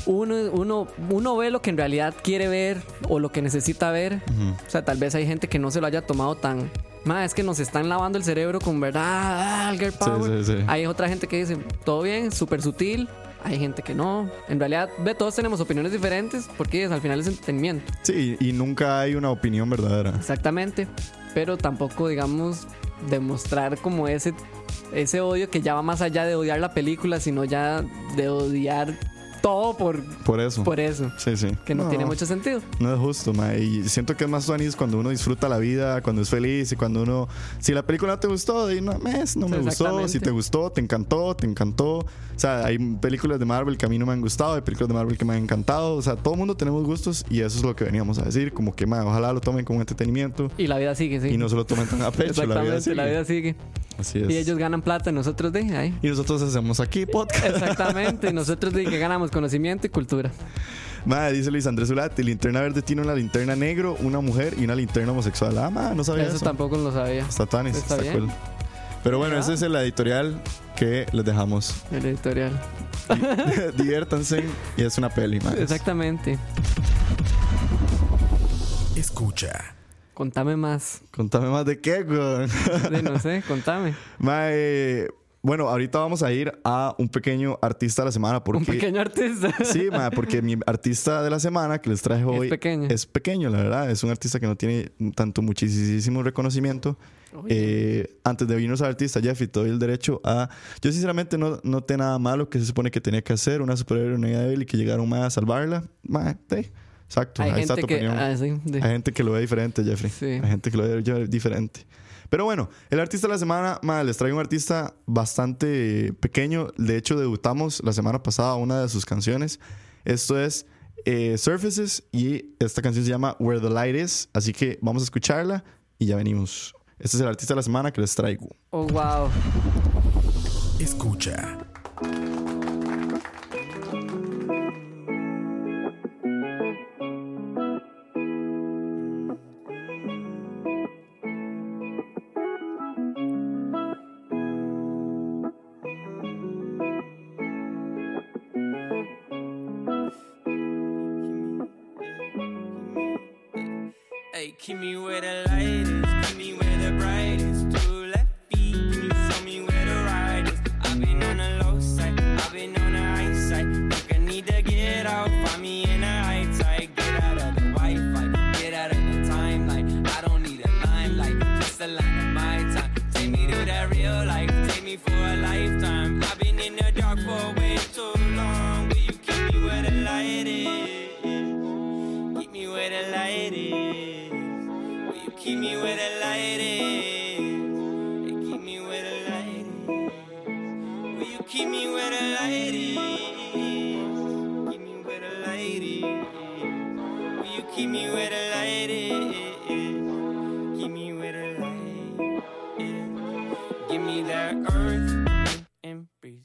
uno, uno, uno ve lo que en realidad quiere ver o lo que necesita ver. O sea, tal vez hay gente que no se lo haya tomado tan. Ma, es que nos están lavando el cerebro con verdad, ah, el girl power". sí, sí. Hay otra gente que dice, todo bien, súper sutil. Hay gente que no. En realidad, ve, todos tenemos opiniones diferentes porque es, al final es entretenimiento. Sí, y nunca hay una opinión verdadera. Exactamente. Pero tampoco, digamos, demostrar como ese, ese odio que ya va más allá de odiar la película, sino ya de odiar todo por, Por eso. por eso. Sí, sí. Que no, tiene mucho sentido. No es justo, ma. Y siento que es más tuanis cuando uno disfruta la vida, cuando es feliz y cuando uno. Si la película no te gustó, di, no, mes, no me gustó. Exactamente. Si te gustó, te encantó, te encantó. O sea, hay películas de Marvel que a mí no me han gustado, hay películas de Marvel que me han encantado. O sea, todo el mundo tenemos gustos y eso es lo que veníamos a decir. Como que, ma, ojalá lo tomen como entretenimiento Y la vida sigue, sí. y no se lo tomen tan a pecho. la vida Exactamente, la sigue. vida sigue. Así es. Y ellos ganan plata, y nosotros de ahí. Y nosotros hacemos aquí podcast. Exactamente, y nosotros de que ganamos conocimiento y cultura. Madre, dice Luis Andrés Ulate, linterna verde tiene una linterna negro, una mujer y una linterna homosexual. Ah, ma, no sabía Eso eso. tampoco lo sabía. Está Tanis, Está está, bien. cool. Pero bueno, esa es la editorial que les dejamos. [laughs] [laughs] El editorial. Diviértanse y es una peli, más. Exactamente. Escucha. Contame más. Contame más de qué, [laughs] güey. De, no sé, contame. Mae, bueno, ahorita vamos a ir a un pequeño artista de la semana [laughs] porque Un pequeño artista. [laughs] Sí, ma, porque mi artista de la semana que les traje hoy pequeño. es pequeño, la verdad. Es un artista que no tiene tanto muchísimo reconocimiento. Eh, antes de venirnos al artista, Jeffy, te doy el derecho a. Yo, sinceramente, no noté nada malo que se supone que tenía que hacer una superhéroe una débil y que llegaron más a salvarla. Ma, sí, exacto, Hay ahí está gente tu que. opinión. ah, sí, de- Hay gente que lo ve diferente, Jeffrey. Sí. Hay gente que lo ve yo- diferente. Pero bueno, el artista de la semana, ma, les traigo un artista bastante pequeño. De hecho, debutamos la semana pasada una de sus canciones. Esto es eh, Surfaces y esta canción se llama Where the Light Is. Así que vamos a escucharla y ya venimos. Este es el artista de la semana que les traigo. Oh, wow. Escucha. Hey, keep me where the light is, keep me where the bright is. Two left feet, can you show me where the right is? I've been on the low side, I've been on the high side. Look, I need to get out, find me in the high tide. Get out of the Wi-Fi, get out of the timeline. I don't need a limelight, just a line of my time. Take me to that real life, take me for a lifetime. I've been in the dark for way too long. Will you keep me where the light is? Keep me where the light is. Will you keep ladies. Give me with a lady. Will you keep me with a lady? Give me with a lady. Give me that earth and breeze.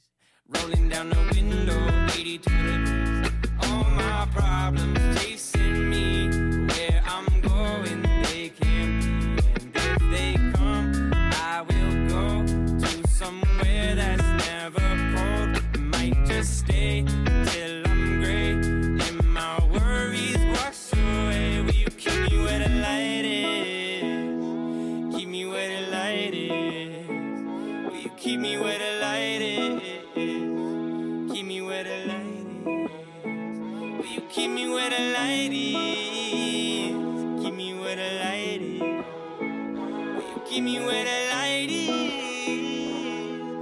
Rolling down the window, 80 to the breeze. All my problems chasing me. Where I'm going, they can't be. And if they come, I will go to somewhere that's never cold. Might just stay till I'm gray. And my worries wash away. Will you keep me where the light is? Keep me where the light is. Will you keep me where the light is? Keep me where the light is. Will you keep me where the light is? Keep me where the light is. Will you keep me where the light is?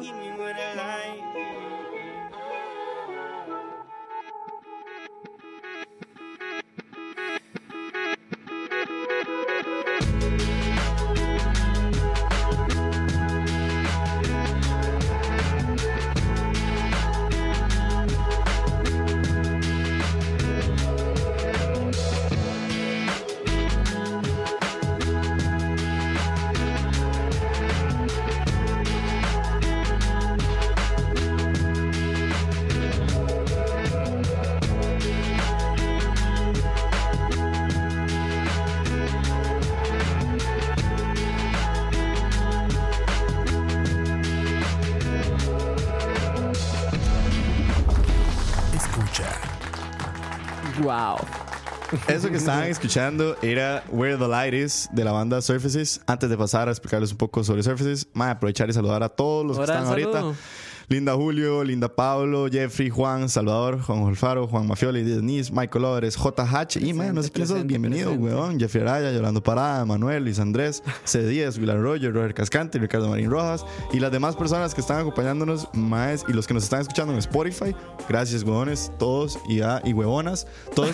Keep me where the light is. Escucha. Wow. Eso que estaban escuchando era Where the Light Is de la banda Surfaces. Antes de pasar a explicarles un poco sobre Surfaces, más aprovechar y saludar a todos los que Ahora, están saludo. ahorita. Linda Julio, Linda Pablo, Jeffrey, Juan, Salvador, Juan Olfaro, Juan Mafioli, Denise, Michael López, JH y man, no sé quién sos. presente, Bienvenido, presente. weón. Jeffrey Araya, Yolando Parada, Manuel, Luis Andrés, C10, Vilar Roger, Roger Cascante, Ricardo Marín Rojas y las demás personas que están acompañándonos, más y los que nos están escuchando en Spotify. Gracias, weones, todos y, a- y huevonas. Todos,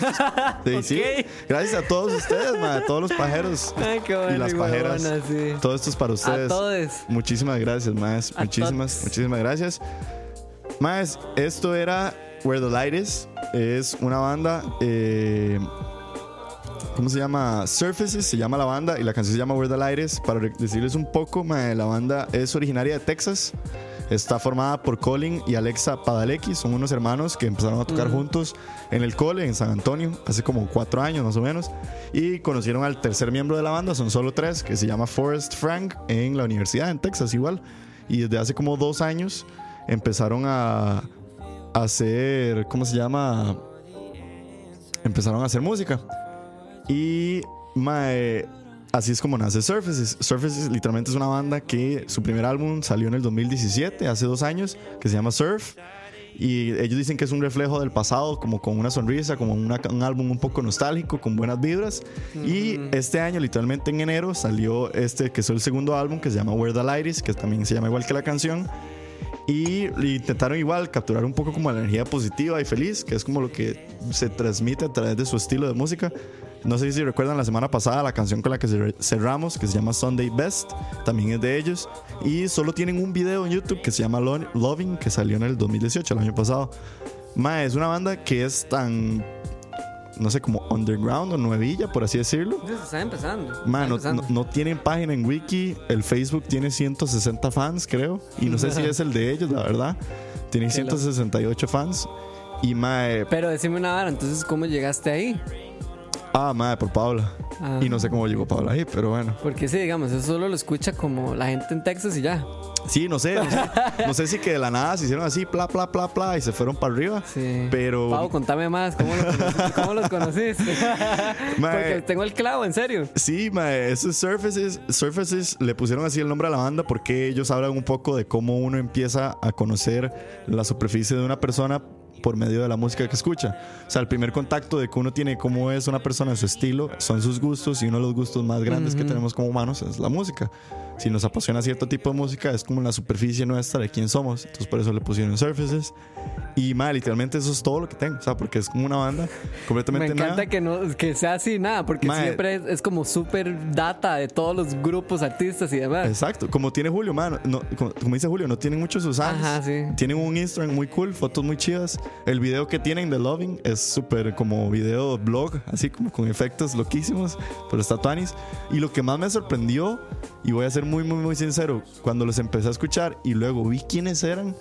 sí, sí. Ok. Gracias a todos ustedes, ma, a todos los [laughs] pajeros Ay, Ah, qué bueno, y las y pajeras. huevonas, sí. Todo esto es para ustedes. todes. Muchísimas gracias, Maes. A Muchísimas, todes. muchísimas gracias. Maes, esto era Where the Light Is. Es una banda. eh, ¿Cómo se llama? Surfaces se llama la banda y la canción se llama Where the Light Is. Para re- decirles un poco, mae, la banda es originaria de Texas. Está formada por Colin y Alexa Padalecki. Son unos hermanos que empezaron a tocar juntos en el cole en San Antonio hace como cuatro años más o menos. Y conocieron al tercer miembro de la banda, son solo tres, que se llama Forrest Frank en la universidad en Texas igual. Y desde hace como dos años empezaron a a hacer, ¿cómo se llama? Empezaron a hacer música. Y mae, así es como nace Surfaces. Surfaces literalmente es una banda que su primer álbum salió en el 2017, hace dos años, que se llama Surf. Y ellos dicen que es un reflejo del pasado, como con una sonrisa, como una- un álbum un poco nostálgico, con buenas vibras. Y este año, literalmente en enero, salió este que es el segundo álbum, que se llama Where the Light Is, que también se llama igual que la canción y intentaron igual capturar un poco como la energía positiva y feliz, que es como lo que se transmite a través de su estilo de música. No sé si recuerdan la semana pasada la canción con la que cer- cerramos, que se llama Sunday Best, también es de ellos. Y solo tienen un video en YouTube que se llama Lo- Loving, que salió en el 2018, el año pasado. Ma, es una banda que es tan, no sé, como underground o nuevilla, por así decirlo. Entonces, está empezando. está Man, no, empezando. no- no tienen página en Wiki. El Facebook tiene 160 fans, creo. Y no sé si es el de ellos, la verdad. Tienen Qué loco. 168 fans. Y mae. Pero decime una vara, entonces, ¿cómo llegaste ahí? Ah, mae, por Paula. Ah. Y no sé cómo llegó Paula ahí, pero bueno. Porque sí, digamos, eso solo lo escucha como la gente en Texas y ya. Sí, no sé. No sé, no sé si que de la nada se hicieron así, pla, pla, pla, pla, y se fueron para arriba. Sí. Pero. Pau, contame más, ¿cómo, lo [laughs] conoci- cómo los conociste? Mae. Porque tengo el clavo, en serio. Sí, mae, esos Surfaces, Surfaces le pusieron así el nombre a la banda porque ellos hablan un poco de cómo uno empieza a conocer la superficie de una persona por medio de la música que escucha. O sea, el primer contacto de que uno tiene cómo es una persona, su estilo, son sus gustos y uno de los gustos más grandes que tenemos como humanos es la música. Si nos apasiona cierto tipo de música, es como la superficie nuestra de quién somos. Entonces, por eso le pusieron Surfaces. Y, madre, literalmente eso es todo lo que tengo. O sea, porque es como una banda completamente Me encanta nueva. que no que sea así nada, porque Mae. siempre es, es como súper data de todos los grupos, artistas y demás. Exacto, como tiene Julio, mano, no- como, como dice Julio, no tienen muchos usados. Ajá, sí. Tienen un Instagram muy cool, fotos muy chidas. El video que tienen de Loving es súper como video blog, así como con efectos loquísimos, pero está Tuanis. Y lo que más me sorprendió, y voy a ser muy, muy, muy sincero, cuando los empecé a escuchar y luego vi quiénes eran,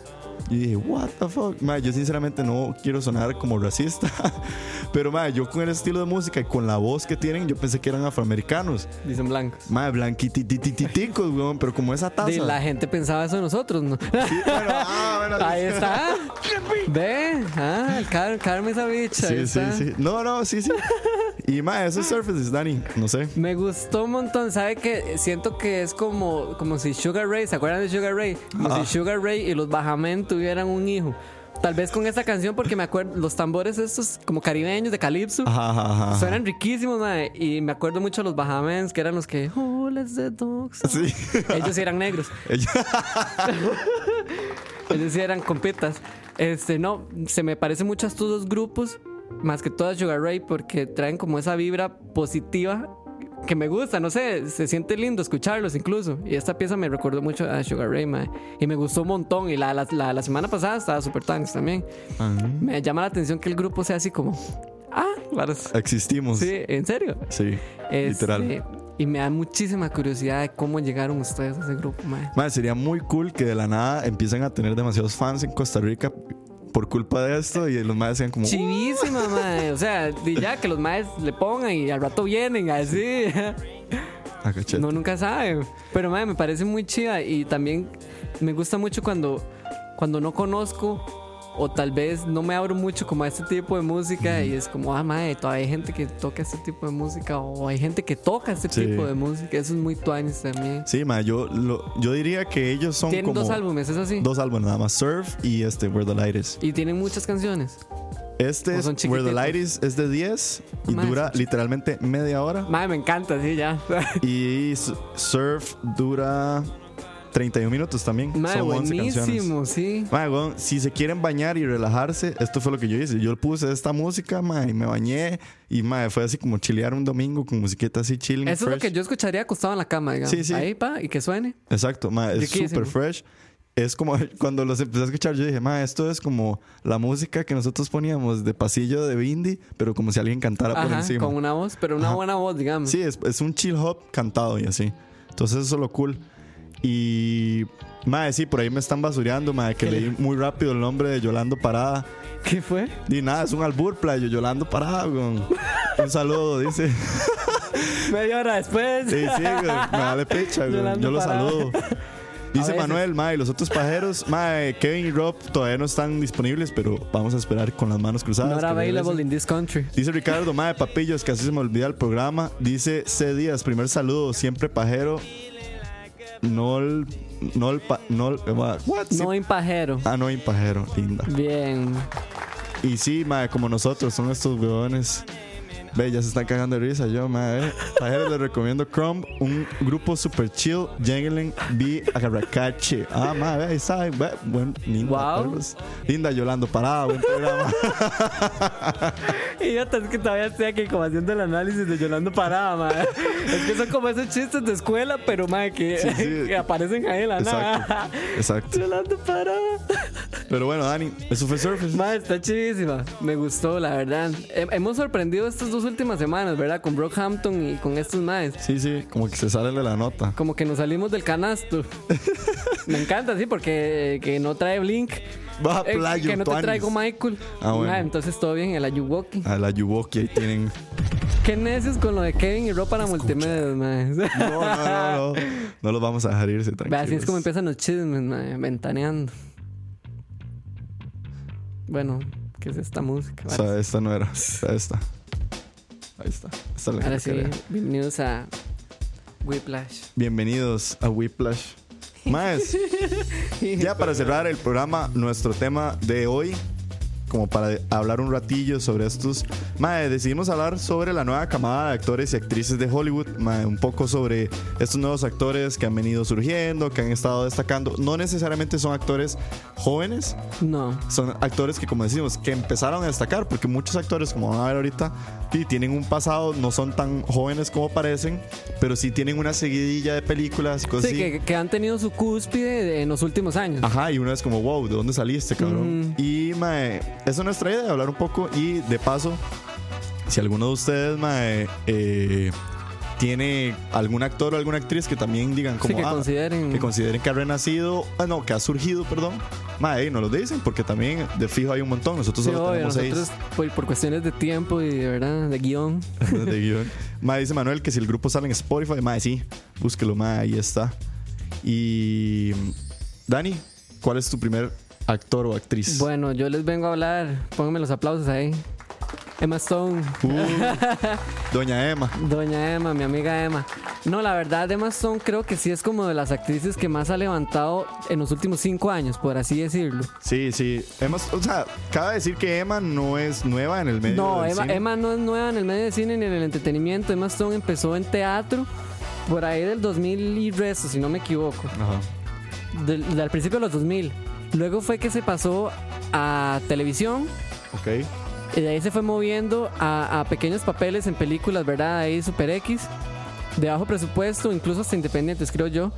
yo dije, what the fuck, Mae, yo sinceramente no quiero sonar como racista, [laughs] pero mae, yo con el estilo de música y con la voz que tienen, yo pensé que eran afroamericanos. Dicen blancos. Madre, blanquititititicos, weón, pero como esa taza. De la gente pensaba eso de nosotros, ¿no? Bueno, ah, bueno, sí. [laughs] [laughs] Ahí está. Ve, ah, el Car Carmen esa bicha. Sí, ahí sí, está. sí. No, no, sí, [laughs] sí. Y madre, eso es Surfaces, Dani. No sé. Me gustó un montón, ¿sabe que Siento que es como, como si Sugar Ray, ¿se acuerdan de Sugar Ray? Como si Sugar Ray y los Bajamen tuvieran un hijo. Tal vez con esta canción, porque me acuerdo, los tambores estos como caribeños de Calypso. Ajá, ajá, ajá, ajá. Suenan riquísimos, mae. Y me acuerdo mucho de los Bahamens, que eran los que. "Oh, let's the dogs out". Sí. [laughs] Ellos sí eran negros. Ellos sí eran compitas. Este, no, se me parecen mucho a estos dos grupos, más que todo a Sugar Ray, porque traen como esa vibra positiva que me gusta. No sé, se siente lindo escucharlos incluso. Y esta pieza me recordó mucho a Sugar Ray, mae. Y me gustó un montón. Y la, la, la- la semana pasada estaba super thanks también. Me llama la atención que el grupo sea así como. Ah, varas. Existimos. Sí. Sí, en serio. Este, literal. Y me da muchísima curiosidad de cómo llegaron ustedes a ese grupo, mae. Madre, sería muy cool que de la nada empiecen a tener demasiados fans en Costa Rica por culpa de esto y los madres sean como. "Uh, [laughs] Chivísima, mae. O sea, y ya que los maes le pongan y al rato vienen, así. Ah, cachete. No, nunca sabe. Pero, mae, me parece muy chida y también me gusta mucho cuando, cuando no conozco o tal vez no me abro mucho como a este tipo de música y es como, ah, mae, todavía hay gente que toca este tipo de música o hay gente que toca este Sí. tipo de música. Eso es muy tuanis también. Sí, madre, yo, lo- yo diría que ellos son Tienen como. dos álbumes, es así. Dos álbumes nada más, Surf y este, Where the Light Is. Y tienen muchas canciones. Este O es son Where the chiquititos. Light Is es de 10 y Madre, dura son literalmente media [laughs] hora. Mae, me encanta, sí, ya. [laughs] Y su- Surf dura 31 minutos también. Mae, Son 11 canciones. buenísimo, sí. Mae, weón, si se quieren bañar y relajarse, esto fue lo que yo hice. Yo puse esta música, mae, y me bañé. Y mae, fue así como chilear un domingo con musiquita así chilling. Eso es lo fresh. que yo escucharía acostado en la cama, digamos. Sí, sí. Ahí, pa, y que suene. Exacto, mae, es Riquísimo. súper fresh. Es como [laughs] cuando los empecé a escuchar, yo dije, mae, esto es como la música que nosotros poníamos de pasillo de Bindi, pero como si alguien cantara por Ajá, encima. con una voz, pero una buena voz, digamos. Sí, es, es un chill hop cantado y así. Entonces eso es lo cool. Y... Madre, sí, por ahí me están basureando, madre, que [laughs] leí muy rápido el nombre de Yolando Parada. [laughs] ¿Qué fue? Y nada, es un albur, playo, Yolando Parada, weón. Un saludo, [laughs] dice. Media hora después. Sí, sí, güey, me vale picha, güey. Yolando Yo lo Parada. saludo. A Dice veces. Manuel, mae, los otros pajeros, mae, Kevin y Rob todavía no están disponibles, pero vamos a esperar con las manos cruzadas. Not que regresen. available in this country. Dice Ricardo, madre papillos, casi se me olvida el programa. Dice C. Díaz, primer saludo, siempre pajero. No el. No el. pa- No el- eh, what? Sí. No impajero. Ah, no, impajero, linda. [laughs] Bien. Y sí, madre, como nosotros, son estos huevones. Ve, ya se están cagando de risa yo, madre. Pajero, les recomiendo Crumb, un grupo super chill, Jenglen B. Agarracache. Ah, madre, ahí está. ve, Buen, linda, Wow. perros. Linda, Yolando, parada, buen programa. Y yo es que todavía estoy aquí como haciendo el análisis de Yolando Parada, mae. [laughs] es que son como esos chistes de escuela, pero mae, que, Sí, sí. [laughs] que aparecen ahí en la nada. Exacto, exacto. Yolando Parada. Pero bueno, Dani, eso fue Surface. Mae, está chidísima. Me gustó, la verdad. Hem- Hemos sorprendido estas dos últimas semanas, ¿verdad? Con Brockhampton y con estos maes. Sí, sí, como que se sale de la nota. Como que nos salimos del canasto. Me encanta, sí, porque que no trae Blink. Va, Eh, playo, que no te tuanis. traigo Michael. Ah, bueno. Ah, entonces todo bien, el Ayuwoki. A la Yuboki ahí [laughs] tienen. Qué necios con lo de Kevin y ropa para multimedia, mae. [laughs] No, no, no, no. No los vamos a dejar irse Ve, tranquilos. Así es como empiezan los chismes, mae, ventaneando. Bueno, ¿qué es esta música? O Vale. sea, esta no era. O sea, Esta. Ahí está. Esta es la Ahora que sí, quería. bienvenidos a Whiplash. Bienvenidos a Whiplash. Más. ya para cerrar el programa, nuestro tema de hoy como para hablar un ratillo sobre estos. Mae, decidimos hablar sobre la nueva camada de actores y actrices de Hollywood. Mae, un poco sobre estos nuevos actores que han venido surgiendo, que han estado destacando. No necesariamente son actores jóvenes, No. son actores que, como decimos, que empezaron a destacar, porque muchos actores, como van a ver ahorita, sí, tienen un pasado, no son tan jóvenes como parecen, pero sí tienen una seguidilla de películas y cosas Sí, así. que, que han tenido su cúspide de- en los últimos años. Ajá, y uno es como, wow, ¿de dónde saliste, Mm. cabrón? Y, mae, eso es nuestra idea, hablar un poco. Y de paso, si alguno de ustedes, mae, eh, tiene algún actor o alguna actriz que también digan como. que "Ah, consideren". Que consideren que ha renacido. Ah, no, que ha surgido, perdón. Mae, nos lo dicen, porque también de fijo hay un montón. Nosotros Sí, solo obvio, tenemos seis. nosotros pues, por, por cuestiones de tiempo y de verdad, de guión. [laughs] de guión. Mae, dice Manuel que si el grupo sale en Spotify, mae, sí, búsquelo, mae, ahí está. Y Dani, ¿cuál es tu primer actor o actriz? Bueno, yo les vengo a hablar. Pónganme los aplausos ahí. Emma Stone, Uh, Doña Emma. Doña Emma, mi amiga Emma. No, la verdad, Emma Stone creo que sí es como de las actrices que más ha levantado en los últimos cinco años, por así decirlo. Sí, sí. Emma, o sea, cabe decir que Emma no es nueva en el medio. No, del Emma, cine. Emma no es nueva en el medio de cine ni en el entretenimiento. Emma Stone empezó en teatro por ahí del 2000 y resto, si no me equivoco. Ajá. Del, del principio de los 2000. Luego fue que se pasó a televisión Ok. y de ahí se fue moviendo a, a pequeños papeles en películas, ¿verdad? Ahí Super X, de bajo presupuesto, incluso hasta independientes, creo yo.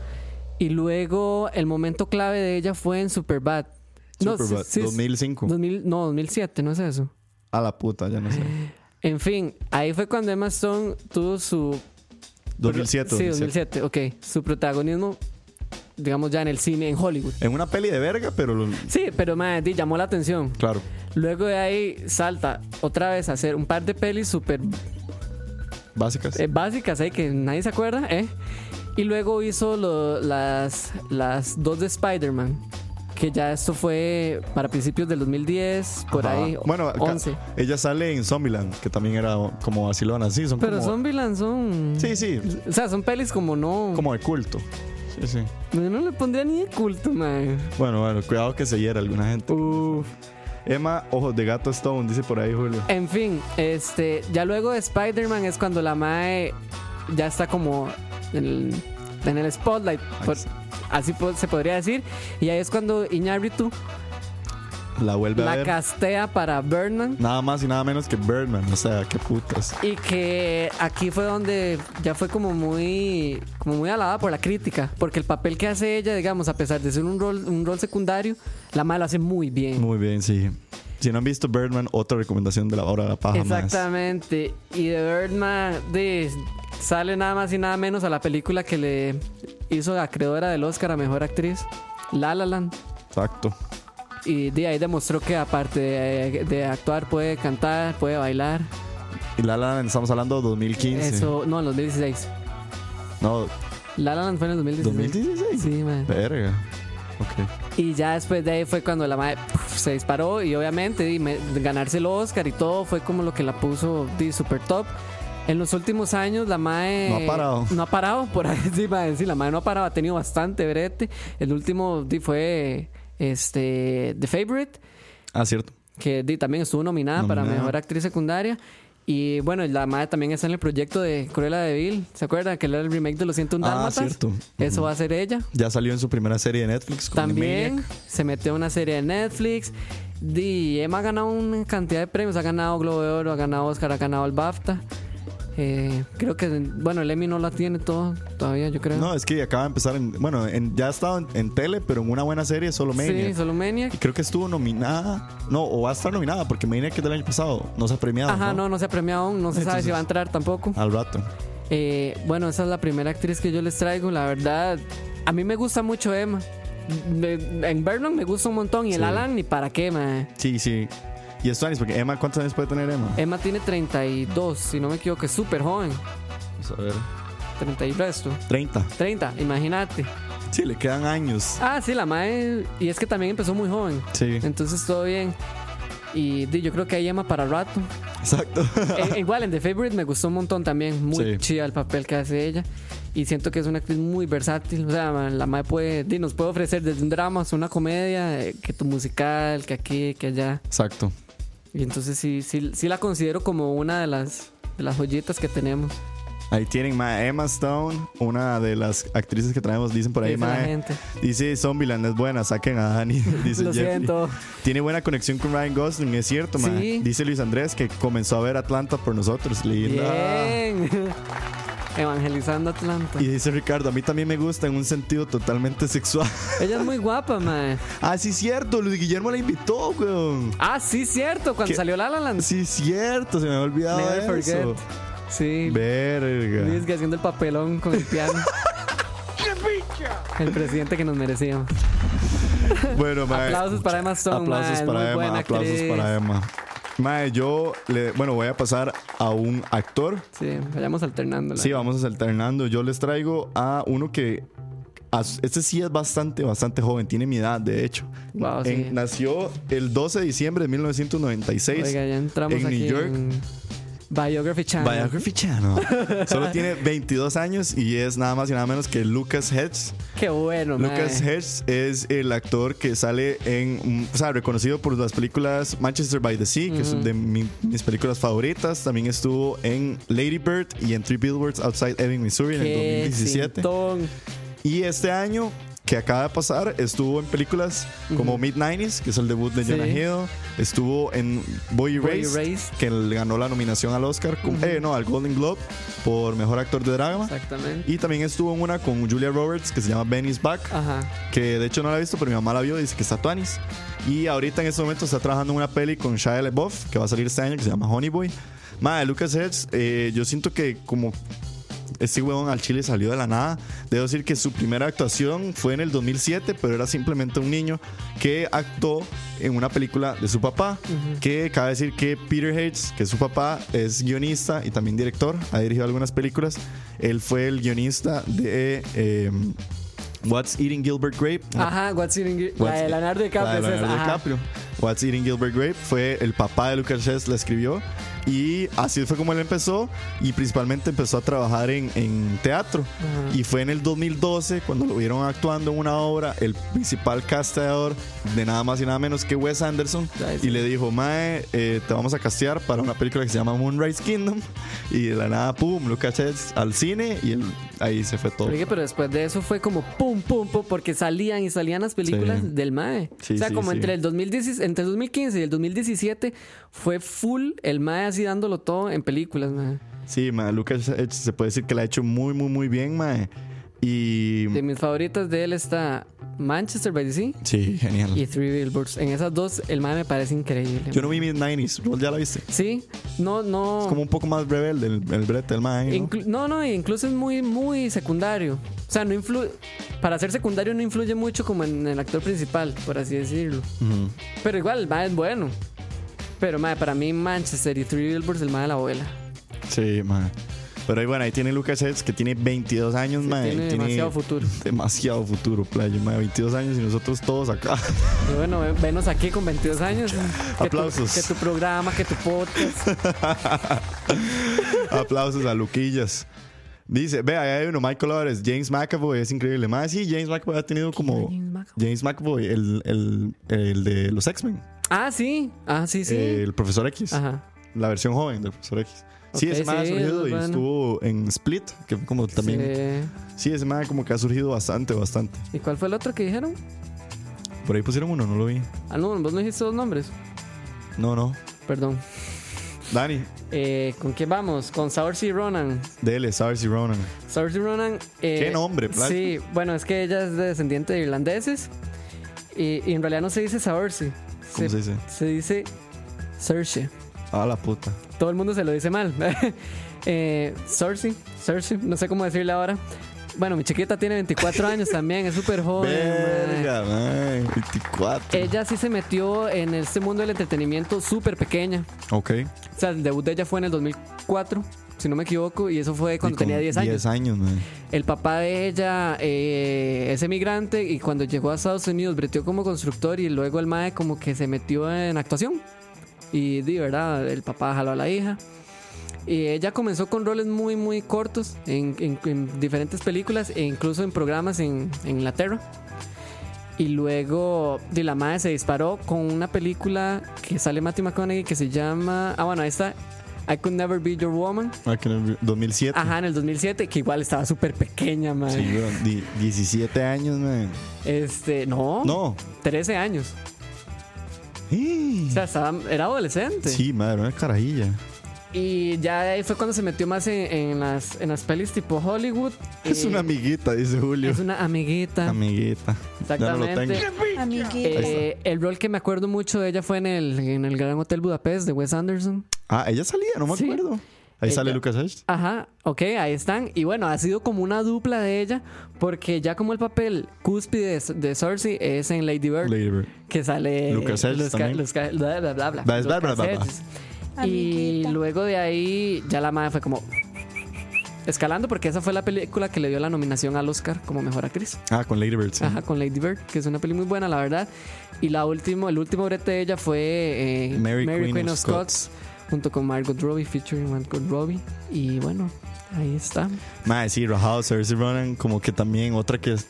Y luego el momento clave de ella fue en Superbad. Superbad, 2005. 2000 no, 2007, no es eso. A la puta, ya no sé. En fin, ahí fue cuando Emma Stone tuvo su... 2007. Sí, 2007, ok. Su protagonismo, digamos ya en el cine, en Hollywood. En una peli de verga, pero lo- Sí, pero madre, di, llamó la atención. claro. Luego de ahí salta otra vez a hacer un par de pelis súper Básicas. eh, básicas ahí que nadie se acuerda, ¿eh? Y luego hizo lo- las, las dos de Spider-Man, que ya esto fue para principios del 2010, por Ajá. ahí, Bueno, acá- 11. ella sale en Zombieland, que también era como así lo van así. Son Pero como, Zombieland son... Sí, sí. O sea, son pelis como no... Como de culto. Sí, sí. Yo no le pondría ni de culto, man. Bueno, bueno, cuidado que se hiera alguna gente. Uf. Emma, ojos de gato Stone, dice por ahí Julio. En fin, este, ya luego de Spider-Man es cuando la Mae ya está como en el, en el spotlight, por- sí. así po- se podría decir. Y ahí es cuando Iñárritu La vuelve a la ver. castea para Birdman. Nada más y nada menos que Birdman. O sea, qué putas. Y que aquí fue donde ya fue como muy, como muy alabada por la crítica. Porque el papel que hace ella, digamos, a pesar de ser un rol, un rol secundario, la Mae lo hace muy bien. Muy bien, sí. Si no han visto Birdman, otra recomendación de la hora de la paja más. Exactamente. Y de Birdman de, sale nada más y nada menos a la película que le hizo la creadora del Oscar a Mejor Actriz, La La Land. Exacto. Y de ahí demostró que aparte de, de actuar puede cantar, puede bailar. Y La La Land, estamos hablando de 2015. Eso, no, en los 2016. No, La La Land fue en el 2016. 2016. Sí, man. Verga. Ok. Y ya después de ahí fue cuando la madre puf, se disparó y obviamente di, me- ganarse el Oscar y todo fue como lo que la puso di, super top. En los últimos años la madre No ha parado. No ha parado, [laughs] por ahí sí, mae, sí, la madre no ha parado, ha tenido bastante brete. El último di, fue este The Favorite, Ah, cierto. que di, también estuvo nominada, para Nominada. mejor actriz secundaria. Y bueno, la madre también está en el proyecto de Cruella de Vil, ¿se acuerda? Que era el remake de Los 101 Ah, Dálmatas. cierto. Eso va a ser ella. Ya salió en su primera serie de Netflix. con También Maniac. se metió a una serie de Netflix. Di Emma ha ganado una cantidad de premios. Ha ganado Globo de Oro, ha ganado Oscar, ha ganado el BAFTA. Eh, creo que, bueno, el Emmy no la tiene todo todavía, yo creo. No, es que acaba de empezar en. Bueno, en- ya ha estado en, en tele, pero en una buena serie, solo Maniac. sí, solo Maniac. Y creo que estuvo nominada. No, o va a estar nominada, porque Maniac es del año pasado. No Ah. se ha premiado. Ajá, no, no se ha premiado aún. No se sabe si Entonces- va a entrar tampoco. Al rato. Eh, bueno, esa es la primera actriz que yo les traigo. La verdad, a mí me gusta mucho Emma. Me- en Vernon me gusta un montón. Y el Sí. Alan, ni para qué, ma. Sí, sí. Y esto es porque Emma, ¿cuántos años puede tener Emma? Emma tiene 32, si no me equivoco, es súper joven. Vamos a ver. 30 y resto. 30. 30, imagínate. Sí, le quedan años. Ah, sí, la madre. Y es que también empezó muy joven. Sí, Entonces todo bien. Y di, yo creo que ahí llama para [laughs] rato. exacto. Eh, igual en The Favorite me gustó un montón también. Muy Sí. chida el papel que hace ella. Y siento que es una actriz muy versátil. O sea, ma, la madre puede, di, nos puede ofrecer desde un drama hasta una comedia, eh, que tu musical, que aquí, que allá. Exacto. Y entonces sí, sí, sí la considero como una de las, de las joyitas que tenemos. Ahí tienen ma, Emma Stone, una de las actrices que traemos, dicen por ahí, Dice la mae. gente. Dice Zombieland es buena, saquen a Dani. [laughs] Dice Lo Jeffrey. siento. Tiene buena conexión con Ryan Gosling, es cierto, mae. Sí. Dice Luis Andrés que comenzó a ver Atlanta por nosotros. Linda. Bien. [laughs] Evangelizando Atlanta. Y dice Ricardo, a mí también me gusta en un sentido totalmente sexual. [laughs] Ella es muy guapa, mae. ah, sí, cierto, Luis Guillermo la invitó, weón. Ah, sí, cierto, cuando ¿Qué? salió La La Land. Sí, cierto, se me había olvidado Never forget. eso. Sí, Verga. Luis que haciendo el papelón con el piano. el presidente que nos merecíamos. Bueno, mae, Aplausos para Emma Stone, Aplausos mae, muy para Emma. buena Aplausos actriz. para Emma. Mae, yo le, bueno, voy a pasar a un actor. Sí, vayamos alternando. Sí, vamos alternando. Yo les traigo a uno que as- este sí es bastante, bastante joven. Tiene mi edad, de hecho. Wow, En- sí. Nació el 12 de diciembre de 1996. Oiga, ya entramos en aquí New York. en Biography Channel. Biography [laughs] Channel. Solo tiene 22 años y es nada más y nada menos que Lucas Hedges. Qué bueno, mae. Lucas Hedges es el actor que sale en, mm, o sea, reconocido por las películas Manchester by the Sea, que es de mi- mis películas favoritas. También estuvo en Lady Bird y en Three Billboards Outside Ebbing, Missouri en el Qué 2017. sintón. Y este año que acaba de pasar estuvo en películas como Mid 90s, que es el debut de Jonah Sí. Hill, estuvo en Boy Boy Race, Erased. que le ganó la nominación al Oscar, con- eh, no, al Golden Globe por mejor actor de drama. Exactamente. Y también estuvo en una con Julia Roberts que se llama Benny's Back Ajá. que de hecho no la he visto, pero mi mamá la vio y dice que está Tuanis. Y ahorita en este momento está trabajando en una peli con Shia LaBeouf, que va a salir este año, que se llama Honey Boy. Madre, Lucas Hedges, eh, yo siento que como este huevón al Chile salió de la nada, debo decir que su primera actuación fue en el 2007, pero era simplemente un niño que actuó en una película de su papá, que cabe decir que Peter Hedges, que es su papá, es guionista y también director, ha dirigido algunas películas. Él fue el guionista de... eh, What's Eating Gilbert Grape, una Ajá, What's Eating Gil- What's- La de Leonardo la de DiCaprio. es esa, Leonardo ajá. DiCaprio. What's Eating Gilbert Grape fue el papá de Lucas Hedges, la escribió. Y así fue como él empezó. Y principalmente empezó a trabajar en, en teatro. Y fue en el 2012 cuando lo vieron actuando en una obra. El principal casteador de nada más y nada menos que Wes Anderson. Ay, sí. Y le dijo, Mae, eh, te vamos a castear para una película que se llama Moonrise Kingdom. [laughs] Y de la nada, pum, Lucas Hedges al cine. Y él- ahí se fue todo. Oye, pero después de eso fue como pum, pum, pum, porque salían y salían las películas Sí. del MAE. Sí, o sea, sí, como sí. entre el 2010, entre el 2015 y el 2017 fue full el MAE así dándolo todo en películas, mae. Sí, ma, Lucas Hedges se puede decir que la ha hecho muy, muy, muy bien, mae. Y. De mis favoritas de él está Manchester by the Sea Sí, genial. y Three Billboards. En esas dos, el MAE me parece increíble. Yo mae. no vi mid 90s, vos ya la viste. Sí, no, no. Es como un poco más rebelde el, el brete del mae. ¿no? Inclu- no, no, incluso es muy, muy secundario. O sea, no influye. Para ser secundario no influye mucho como en el actor principal, por así decirlo. Ujú. Pero igual, el mae es bueno. Pero mae, para mí Manchester y Three Billboards el mae de la abuela. Sí, mae. Pero ahí, bueno, ahí tiene Lucas Hedges que tiene 22 años, mae. tiene demasiado futuro. Demasiado futuro, playo, mae. 22 años y nosotros todos [laughs] acá. Y bueno, ve- venos aquí con 22 años. Que tu- Aplausos. que tu programa, que tu podcast. [laughs] Aplausos a Luquillas. Dice, vea, ahí hay uno, Michael Lawrence, James McAvoy, es increíble. Mae, sí, James McAvoy ha tenido como. James McAvoy? James McAvoy, el, el, el de los X-Men. Ah, sí. Ah, sí, sí. Eh, el profesor X. Ajá. La versión joven del profesor X. Sí, Ok, ese man ha sí, surgido es y bueno. estuvo en Split, que fue como también. Sí. Sí, ese man como que ha surgido bastante, bastante. ¿Y cuál fue el otro que dijeron? Por ahí pusieron uno, no lo vi. Ah, no, vos no dijiste dos nombres. No, no. Perdón. Dani, Eh, ¿Con quién vamos? Con Saoirse Ronan. dele, Sars y Ronan. Saoirse Ronan. eh, ¿Qué nombre, Plat? Sí, bueno, es que ella es de descendiente de irlandeses. Y, y en realidad no se dice Saoirse. ¿Cómo se dice? Se dice Saoirse. A la puta. Todo el mundo se lo dice mal. [laughs] eh, Cersei, Cersei, no sé cómo decirle ahora. Bueno, mi chiquita [laughs] tiene 24 años también, es súper joven. mae. Verga, man. 24. Ella sí se metió en este mundo del entretenimiento súper pequeña. Ok. O sea, el debut de ella fue en el 2004, si no me equivoco, y eso fue cuando Y con tenía 10 años. 10 años, man. El papá de ella eh, es emigrante y cuando llegó a Estados Unidos breteó como constructor y luego el mae como que se metió en actuación. Y de verdad, el papá jaló a la hija. Y ella comenzó con roles muy, muy cortos en, en- en diferentes películas e incluso en programas en, en Inglaterra. Y luego de la madre se disparó con una película que sale Matthew McConaughey que se llama. Ah, bueno, ahí está. I Could Never Be Your Woman. Ah, que en el 2007. Ajá, en el 2007, que igual estaba súper pequeña, madre. Sí, weón, di- 17 años, man. Este, no, No. 13 años. Sí, O sea, estaba, era adolescente. sí madre, una carajilla. Y ya ahí fue cuando se metió más en, en las, en las pelis tipo Hollywood. [laughs] Es Eh, una amiguita, dice Julio. es una amiguita. Amiguita. Ya no lo tengo. Exactamente. Amiguita. Eh, el rol que me acuerdo mucho de ella fue en el, en el Gran Hotel Budapest de Wes Anderson. Ah, ella salía, no me Sí. acuerdo. Ahí Ella- sale Lucas Hedges. Ajá, ok, ahí están. Y bueno, ha sido como una dupla de ella, porque ya como el papel cúspide de, de Cersei es en Lady Bird, Lady Bird. que sale. Lucas Hedges Ca- también. Ca- bla, bla, bla, Bla, bla. bla, Lucas bla, bla, bla. Hedges. Y Amiguita. luego de ahí, ya la madre fue como. Escalando, porque esa fue la película que le dio la nominación al Oscar como mejor actriz. Ah, con Lady Bird, sí. Ajá, con Lady Bird, que es una peli muy buena, la verdad. Y la último, el último brete de ella fue eh, Mary Queen of Scots, junto con Margot Robbie, featuring Margot Robbie. Y bueno, ahí está. Madre, sí, Rahal, Cersei Ronan, como que también otra que es-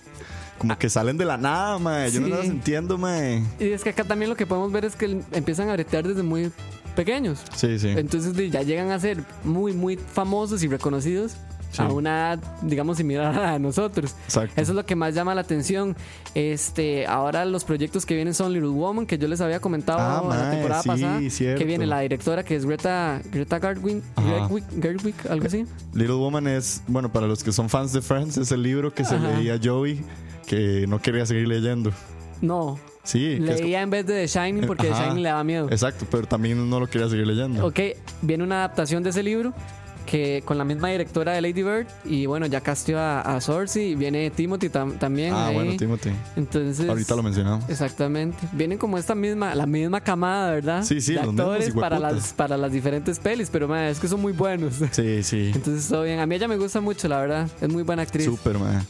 Como que salen de la nada, madre. Yo Ah. Sí. no las entiendo, madre. Y es que acá también lo que podemos ver es que el- empiezan a bretear desde muy pequeños. Sí, sí. Entonces di, ya llegan a ser muy, muy famosos y reconocidos Sí. a una, edad, digamos, similar a nosotros. Exacto. Eso es lo que más llama la atención. Este, ahora los proyectos que vienen son Little Woman, que yo les había comentado Ah, en la mae, temporada sí, pasada. cierto. Que viene la directora que es Greta, Greta Gerwig, Ajá. Gerwig, Gerwig, algo así. Little Woman es, bueno, para los que son fans de Friends, es el libro que se Ajá. leía a Joey, que no quería seguir leyendo. No, Sí, que es leía en vez de The Shining porque The Ajá. Shining le daba miedo. como- exacto, pero también no lo quería seguir leyendo. Ok, viene una adaptación de ese libro que con la misma directora de Lady Bird y bueno, ya castió a, a Sorcy, viene Timothy tam- también. ah, ahí. bueno, Timothy. Entonces, Ahorita lo mencionamos. Exactamente. Vienen como esta misma, la misma camada, ¿verdad? Sí, sí, de los mismos actores para hijueputas. las, para las diferentes pelis, pero madre, es que son muy buenos. [laughs] Sí, sí. Entonces todo bien. A mí ella me gusta mucho, la verdad. Es muy buena actriz. Súper, madre.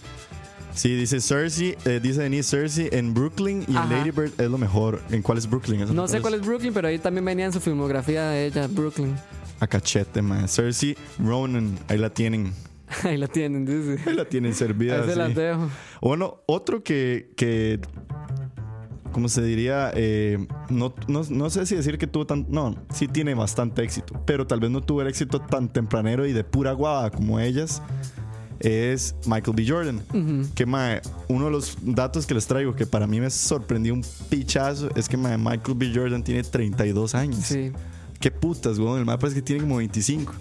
Sí, dice Cersei, eh, dice Denise Cersei en Brooklyn y Ajá. en Lady Bird es lo mejor. ¿En cuál es Brooklyn? ¿Esa No sé cuál cuál es Brooklyn, pero ahí también venía en su filmografía de ella, Brooklyn. [laughs] A cachete, madre. Cersei Ronan, ahí la tienen. Ahí la tienen, dice. Ahí la tienen servida. Ahí se [laughs] las sí. dejo. Bueno, otro que, que ¿cómo se diría? Eh, no, no, no sé si decir que tuvo tan... No, sí tiene bastante éxito, pero tal vez no tuvo el éxito tan tempranero y de pura guava como ellas, es Michael B. Jordan. Que mae, uno de los datos que les traigo que para mí me sorprendió un pichazo es que mae, Michael B. Jordan tiene 32 años. Sí. Qué putas, weón. El mapa es que tiene como 25.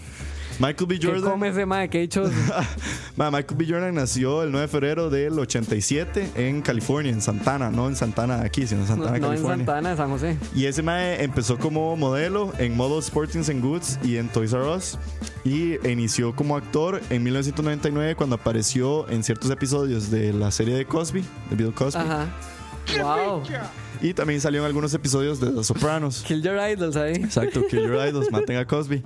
Michael B. ¿Qué Jordan... come ese madre? ¿Qué dichoso? [laughs] Ma, Michael B. Jordan nació el 9 de febrero del 87 en California, en Santana, no en Santana de aquí, sino en No, Santana, no en California. Santana, San José. Y ese mae empezó como modelo en Model Sportings and Goods y en Toys R Us. Y inició como actor en 1999 cuando apareció en ciertos episodios de la serie de Cosby, de Bill Cosby. Ajá. Wow. Y también salió en algunos episodios de Los Sopranos. Kill Your Idols ahí. Exacto, Kill Your Idols, maten a Cosby.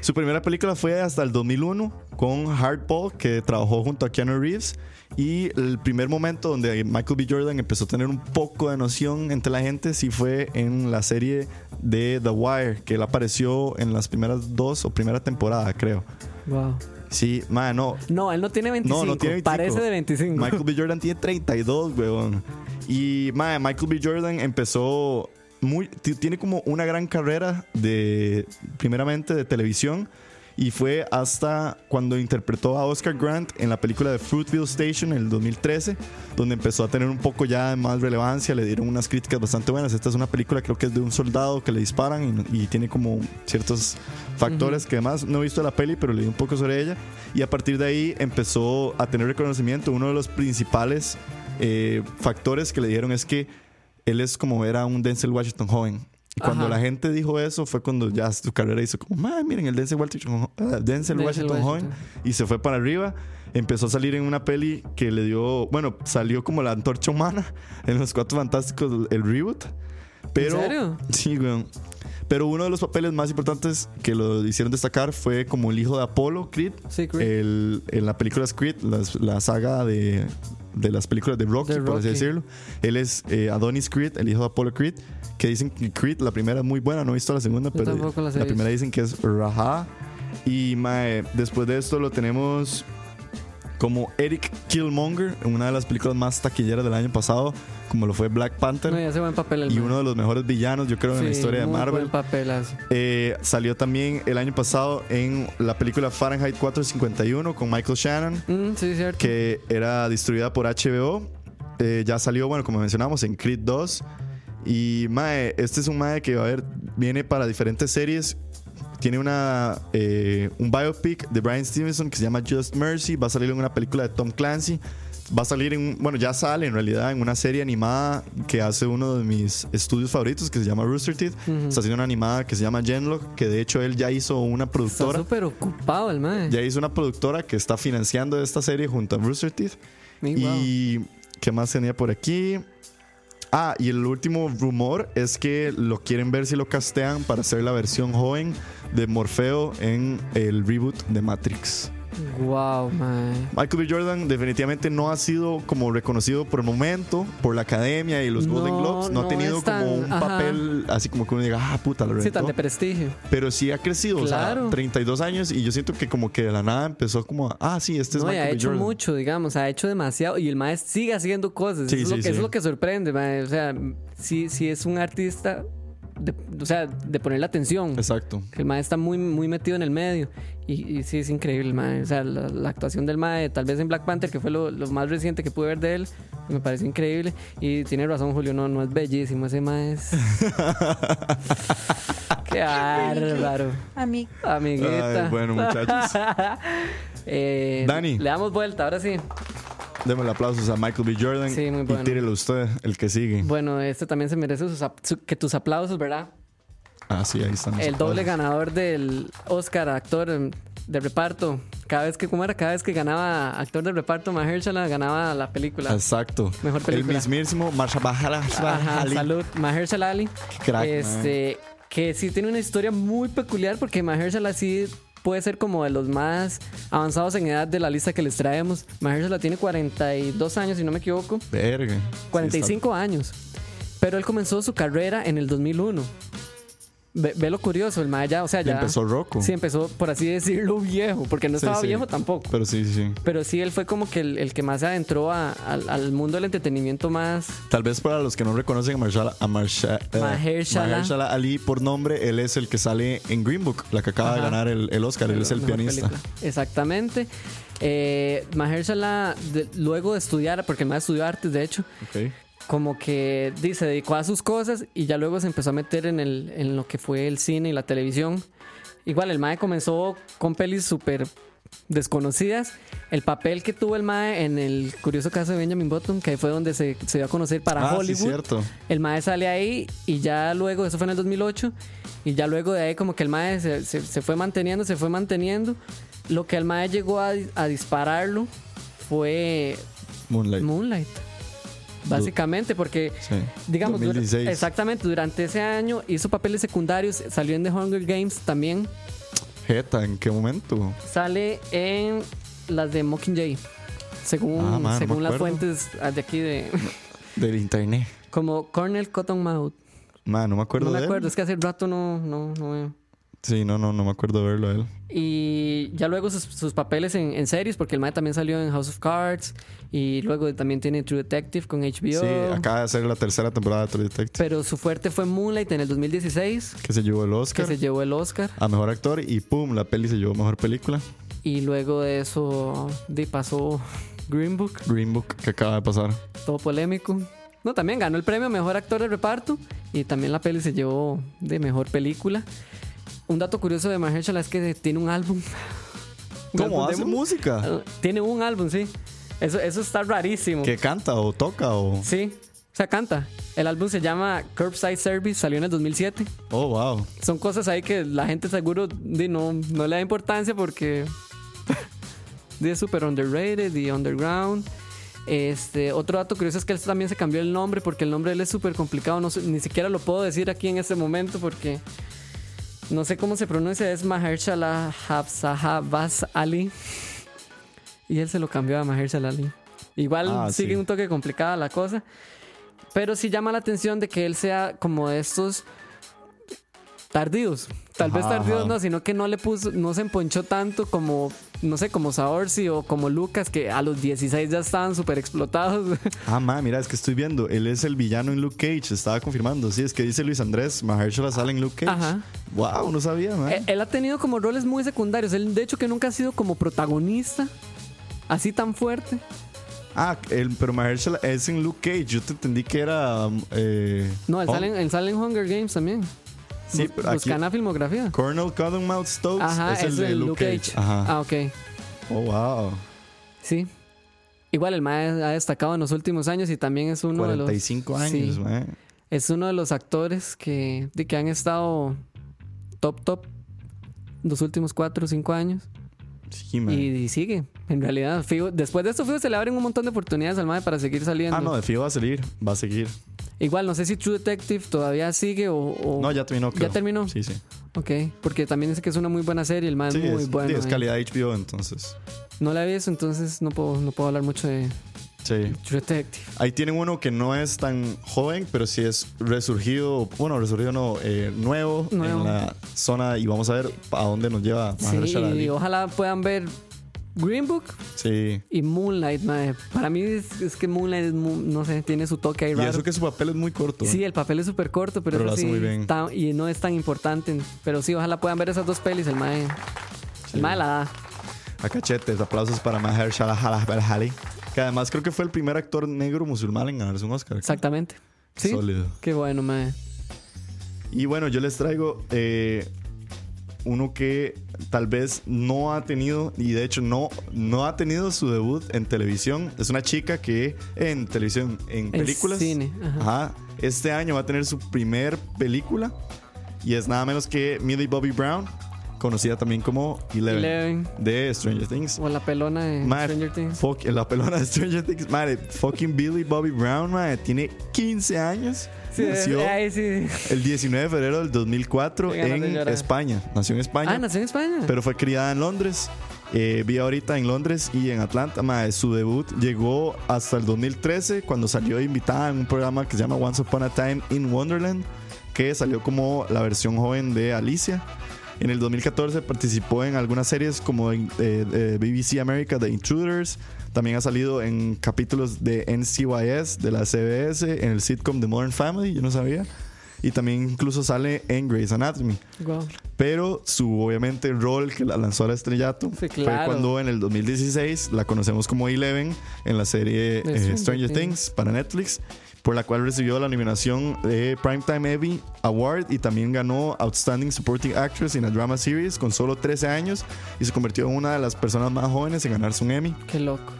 Su primera película fue hasta el 2001 con Hardball, que trabajó junto a Keanu Reeves. Y el primer momento donde Michael B. Jordan empezó a tener un poco de noción entre la gente sí fue en la serie de The Wire, que él apareció en las primeras dos o primera temporada, creo. Wow. Sí, man, no. No, él no tiene 25. No, no tiene 25. Parece de 25. Michael B. Jordan tiene 32, weón. Y, mae, Michael B. Jordan empezó muy. ti- Tiene como una gran carrera de. Primeramente de televisión. Y fue hasta cuando interpretó a Oscar Grant en la película de Fruitville Station en el 2013, donde empezó a tener un poco ya de más relevancia. Le dieron unas críticas bastante buenas. Esta es una película, creo que es de un soldado que le disparan y, y tiene como ciertos factores que además no he visto la peli, pero leí un poco sobre ella. Y a partir de ahí empezó a tener reconocimiento. Uno de los principales eh, factores que le dieron es que él es como era un Denzel Washington joven. Y cuando Ajá. la gente dijo eso fue cuando ya su carrera hizo como, "Mae, miren, el Denzel Washington, jo- ah, Denzel Washington joven Washington. y se fue para arriba. Empezó a salir en una peli que le dio, bueno, salió como la antorcha humana en Los Cuatro Fantásticos, el reboot. Pero, ¿En serio? Sí, weón. Pero uno de los papeles más importantes que lo hicieron destacar fue como el hijo de Apolo, Creed. Sí, Creed. El- en la película es Creed, las- la, saga de, de las películas de Rocky, De por así Rocky. decirlo. Él es eh, Adonis Creed, el hijo de Apolo Creed. Que dicen que Creed, la primera es muy buena, no he visto la segunda, pero tampoco Pues, las he la visto. primera dicen que es Raja. Y mae, después de esto lo tenemos como Eric Killmonger en una de las películas más taquilleras del año pasado, como lo fue Black Panther. [laughs] No, y hace buen papel el y man. uno de los mejores villanos, yo creo, en la Sí, historia de muy Marvel. buen papel hace. Eh, salió también el año pasado en la película Fahrenheit 451 con Michael Shannon, Mm, sí, cierto. que era distribuida por HBO. Eh, ya salió, bueno, como mencionamos, en Creed 2. Y Mae, este es un Mae que va a ver, viene para diferentes series. Tiene una, eh, un biopic de Brian Stevenson que se llama Just Mercy. Va a salir en una película de Tom Clancy. Va a salir en, un- bueno, ya sale en realidad en una serie animada que hace uno de mis estudios favoritos que se llama Rooster Teeth. Está haciendo una animada que se llama Genlock, que de hecho él ya hizo una Está productora. súper ocupado el mae. Ya hizo una productora que está financiando esta serie junto a Rooster Teeth. Y wow. Y qué más tenía por aquí. Ah, y el último rumor es que lo quieren ver si lo castean para hacer la versión joven de Morfeo en el reboot de Matrix. Wow, mae. Michael B. Jordan definitivamente no ha sido como reconocido por el momento, por la academia y los Golden No, Globes. No, no ha tenido es tan- como un ajá. papel así como que uno diga, ah, puta, lo Sí, tan rentó". de prestigio. Pero sí ha crecido, o sea, Claro. 32 años y yo siento que como que de la nada empezó como, ah, sí, este es No, y Michael ha B. hecho Jordan. mucho, digamos, ha hecho demasiado y el maestro sigue haciendo cosas. Sí, es, sí, lo que, es sí. lo que sorprende, mae. O sea, si, si es un artista, de, o sea, de ponerle atención. Exacto. Que el mae está muy, muy metido en el medio. Y, y sí, es increíble el mae. O sea, la, la actuación del mae, tal vez en Black Panther, que fue lo, lo más reciente que pude ver de él, me pareció increíble. Y tiene razón, Julio, no, no es bellísimo ese mae. [laughs] Es... Qué bárbaro. A mí, Amiguita. Ay, bueno, muchachos. [laughs] Eh, Dani. Le damos vuelta, ahora sí. Démosle aplausos a Michael B. Jordan. Sí, muy bueno. Y tírelo usted, el que sigue. Bueno, este también se merece sus ap- su- que tus aplausos, ¿verdad? Ah, sí, ahí están. los El doble aplausos. ganador del Oscar a actor em, de reparto. Cada vez que, ¿cómo era? Cada vez que ganaba actor de reparto, Mahershala ganaba la película. Exacto. Mejor película. El mismísimo Marsha Bahala. Ajá, Ali. salud. Mahershala Ali. crack, este, que sí tiene una historia muy peculiar porque Mahershala sí puede ser como de los más avanzados en edad de la lista que les traemos. Mahershala tiene 42 años, si no me equivoco. Verga. Sí, 45 años. Pero él comenzó su carrera en el 2001. Ve, ve lo curioso, el Mae ya, o sea, Y ya. empezó roco. Sí, empezó, por así decirlo, [laughs] viejo, porque no Sí, estaba sí. viejo tampoco. está- Pero Pero, sí, sí, sí. sí, él fue como que el, el que más se adentró a- al, al mundo del entretenimiento más. Tal vez para los que no reconocen a Marshala, a Marsha- eh, Mahershala. Mahershala Ali por nombre, él es el que sale en Green Book, la que acaba de Ajá. ganar el, el Oscar. Él es el mejor pianista. película. Exactamente. Eh, Mahershala, de- luego de estudiar, porque el Mae estudió artes, de hecho, Ok. como que di- se dedicó a sus cosas y ya luego se empezó a meter en, el, en lo que fue el cine y la televisión. Igual el Mae comenzó con pelis súper desconocidas. El papel que tuvo el Mae en el curioso caso de Benjamin Button, que ahí fue donde se, se dio a conocer para Ah, sí, Hollywood. cierto. El Mae sale ahí y ya luego, eso fue en el 2008, y ya luego de ahí como que el Mae se, se- se fue manteniendo, se fue manteniendo. Lo que el Mae llegó a, a dispararlo fue Moonlight. Moonlight. Básicamente, porque, Sí. digamos, dura- 2016. exactamente, durante ese año hizo papeles secundarios, salió en The Hunger Games también, Jeta, ¿en qué momento? sale en las de Mockingjay, según, Ah, man, no según me las acuerdo. fuentes ah, de aquí, de [laughs] Del internet. como Cornel Cottonmouth. Man, no me acuerdo No me de él. acuerdo, es que hace rato no, no, no veo. Sí, no, no, no me acuerdo de verlo a él. Y ya luego sus, sus papeles en, en series, porque el Mae también salió en House of Cards, y luego también tiene True Detective con HBO. Sí, acaba de hacer la tercera temporada de True Detective, Pero su fuerte fue Moonlight en el 2016, que se llevó el que Oscar se llevó el Oscar. a mejor actor y pum, la peli se llevó mejor película. Y luego de eso de pasó Green Book, Green Book, que acaba de pasar. todo polémico. No, también ganó el premio a Mejor Actor de Reparto y también la peli se llevó de Mejor Película. Un dato curioso de Mahershala es que tiene un álbum. Un álbum ¿Cómo hace demo. música? Ah, [laughs] Tiene un álbum, sí. Eso, eso está rarísimo. ¿Que canta o toca o.? Sí, o sea, canta. El álbum se llama Curbside Service, salió en el 2007. Oh, wow. son cosas ahí que la gente seguro di, no, no le da importancia porque di, es súper underrated y underground. Este, otro dato curioso es que él también se cambió el nombre porque el nombre de él es súper complicado. No sé- ni siquiera lo puedo decir aquí en este momento porque no sé cómo se pronuncia. Es Mahershala Habsahabas Ali. Y él se lo cambió a Mahershala Ali. Igual Ah, sigue sí. un toque complicada la cosa. Pero sí llama la atención de que él sea como de estos tardíos. Tal vez Ajá, tardíos ajá. no, sino que no le puso, no se emponchó tanto como no sé, como Saorsi o como Lucas, que a los 16 ya estaban súper [laughs] explotados. Ah, ma, mira, es que estoy viendo. Él es el villano en Luke Cage. Estaba confirmando. Sí, es que dice Luis Andrés. Mahershala sale en Luke Cage. Ajá. Eh, Wow, no sabía, ma. Él, él ha tenido como roles muy secundarios. Él, de hecho, que nunca ha sido como protagonista. Así tan fuerte. Ah, el, pero Mahershala es en Luke Cage. Yo te entendí que era. um, eh, No, él, oh, sale, en- él sale en Hunger Games también. Sí, Bu- pero aquí- Buscan la filmografía. Colonel Cottonmouth Stokes Ajá, es el de Luke, Cage. Ajá. Ah, ok. Oh, wow. Sí. Igual el Mae ha destacado en los últimos años y también es uno de los. 45 años, Sí. man. Es uno de los actores que, de que han estado top, top los últimos cuatro o cinco años. Sí, man. Y, y sigue. En realidad, fijo- después de esto, fijo, se le abren un montón de oportunidades al Mae para seguir saliendo. Ah, no, de Fío va a salir. Va a seguir. Igual, no sé si True Detective todavía sigue o. o- No, ya terminó. creo. terminó? Sí, sí. Ok, porque también dice que es una muy buena serie, el Mae sí, es muy es, bueno. sí, es eh. calidad HBO, entonces. No la he visto, entonces no puedo, no puedo hablar mucho de Sí. True Detective. Ahí tienen uno que no es tan joven, pero sí es resurgido, bueno, resurgido no, eh, nuevo, Nuevo. en la zona y vamos a ver a dónde nos lleva Sí, oh. Mahershala Ali. y ojalá puedan ver Green Book Sí. y Moonlight, mae. Para mí es, es que Moonlight, es mu- no sé, tiene su toque ahí Y raro. eso que su papel es muy corto. Sí, el papel es súper corto, Pero pero, eso lo hace sí, muy bien. tan- y no es tan importante. Pero sí, ojalá puedan ver esas dos pelis, el mae. El mae la da. A cachetes, aplausos para Mahershala Ali. Que además creo que fue el primer actor negro musulmán en ganarse un Oscar. Exactamente. Sí. Sólido. Qué bueno, mae. Y bueno, yo les traigo eh, uno que tal vez no ha tenido, y de hecho no, no ha tenido su debut en televisión. Es una chica que en televisión, en películas. cine, ajá. Ajá. este año va a tener su primer película. Y es nada menos que Millie Bobby Brown, conocida también como Eleven, Eleven. de Stranger Things. O la pelona de Madre, Stranger Things. fuck, la pelona de Stranger Things, madre, fucking Billy Bobby Brown, madre, tiene 15 años. Sí, [laughs] nació ay, sí. el 19 de febrero del 2004 Qué ganas de en llorar. España. Nació en España, Ah, nació en España. pero fue criada en Londres. Eh, vive ahorita en Londres y en Atlanta. Madre, su debut llegó hasta el 2013 cuando salió invitada en un programa que se llama Once Upon a Time in Wonderland, que salió como la versión joven de Alicia. En el 2014 participó en algunas series como en, eh, eh, BBC America The Intruders. También ha salido en capítulos de NCYS, de la CBS, en el sitcom The Modern Family, yo no sabía. Y también incluso sale en Grey's Anatomy. Guau. Pero su obviamente rol que la lanzó al estrellato Sí, claro. fue cuando en el 2016 la conocemos como Eleven en la serie eh, Stranger Stranger, Things. Things. para Netflix, por la cual recibió la nominación de Primetime Emmy Award y también ganó Outstanding Supporting Actress in a Drama Series con solo 13 años y se convirtió en una de las personas más jóvenes en ganarse un Emmy. Qué loco.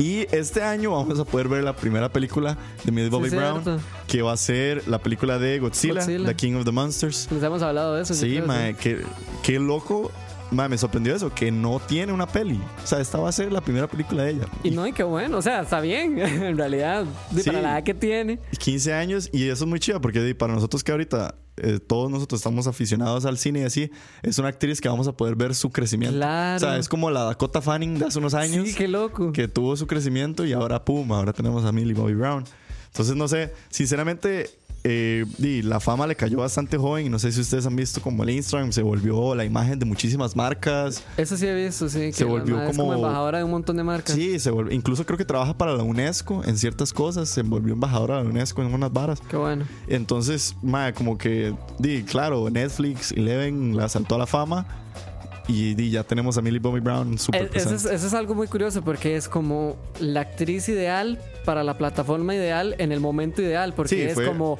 Y este año vamos a poder ver la primera película de Millie Bobby Brown, cierto. que va a ser la película de Godzilla, Godzilla. The King of the Monsters. Les hemos hablado de eso. yo Sí, creo, mae, qué, qué loco. Mae, me sorprendió eso, que no tiene una peli. O sea, esta va a ser la primera película de ella. Y no, y qué bueno, o sea, está bien, [laughs] en realidad, de- Sí. para la edad que tiene. Y 15 años, y eso es muy chido, porque di, para nosotros que ahorita eh, todos nosotros estamos aficionados al cine y así, es una actriz que vamos a poder ver su crecimiento. Claro. O sea, es como la Dakota Fanning de hace unos años. Sí, qué loco. que tuvo su crecimiento y ahora pum, ahora tenemos a Millie Bobby Brown. Entonces, no sé, sinceramente, eh, y la fama le cayó bastante joven y no sé si ustedes han visto como el Instagram se volvió la imagen de muchísimas marcas. Eso sí he visto, sí. Que Se la volvió madre es como como- embajadora de un montón de marcas. Sí, se volvió, incluso creo que trabaja para la UNESCO en ciertas cosas, se volvió embajadora de la UNESCO en unas varas. Qué bueno. Entonces, mae, como que, di, claro, Netflix, Eleven la saltó a la fama y di, ya tenemos a Millie Bobby Brown súper Eh, Eso es, presente. eso es algo muy curioso porque es como la actriz ideal para la plataforma ideal en el momento ideal, porque Sí, es fue- como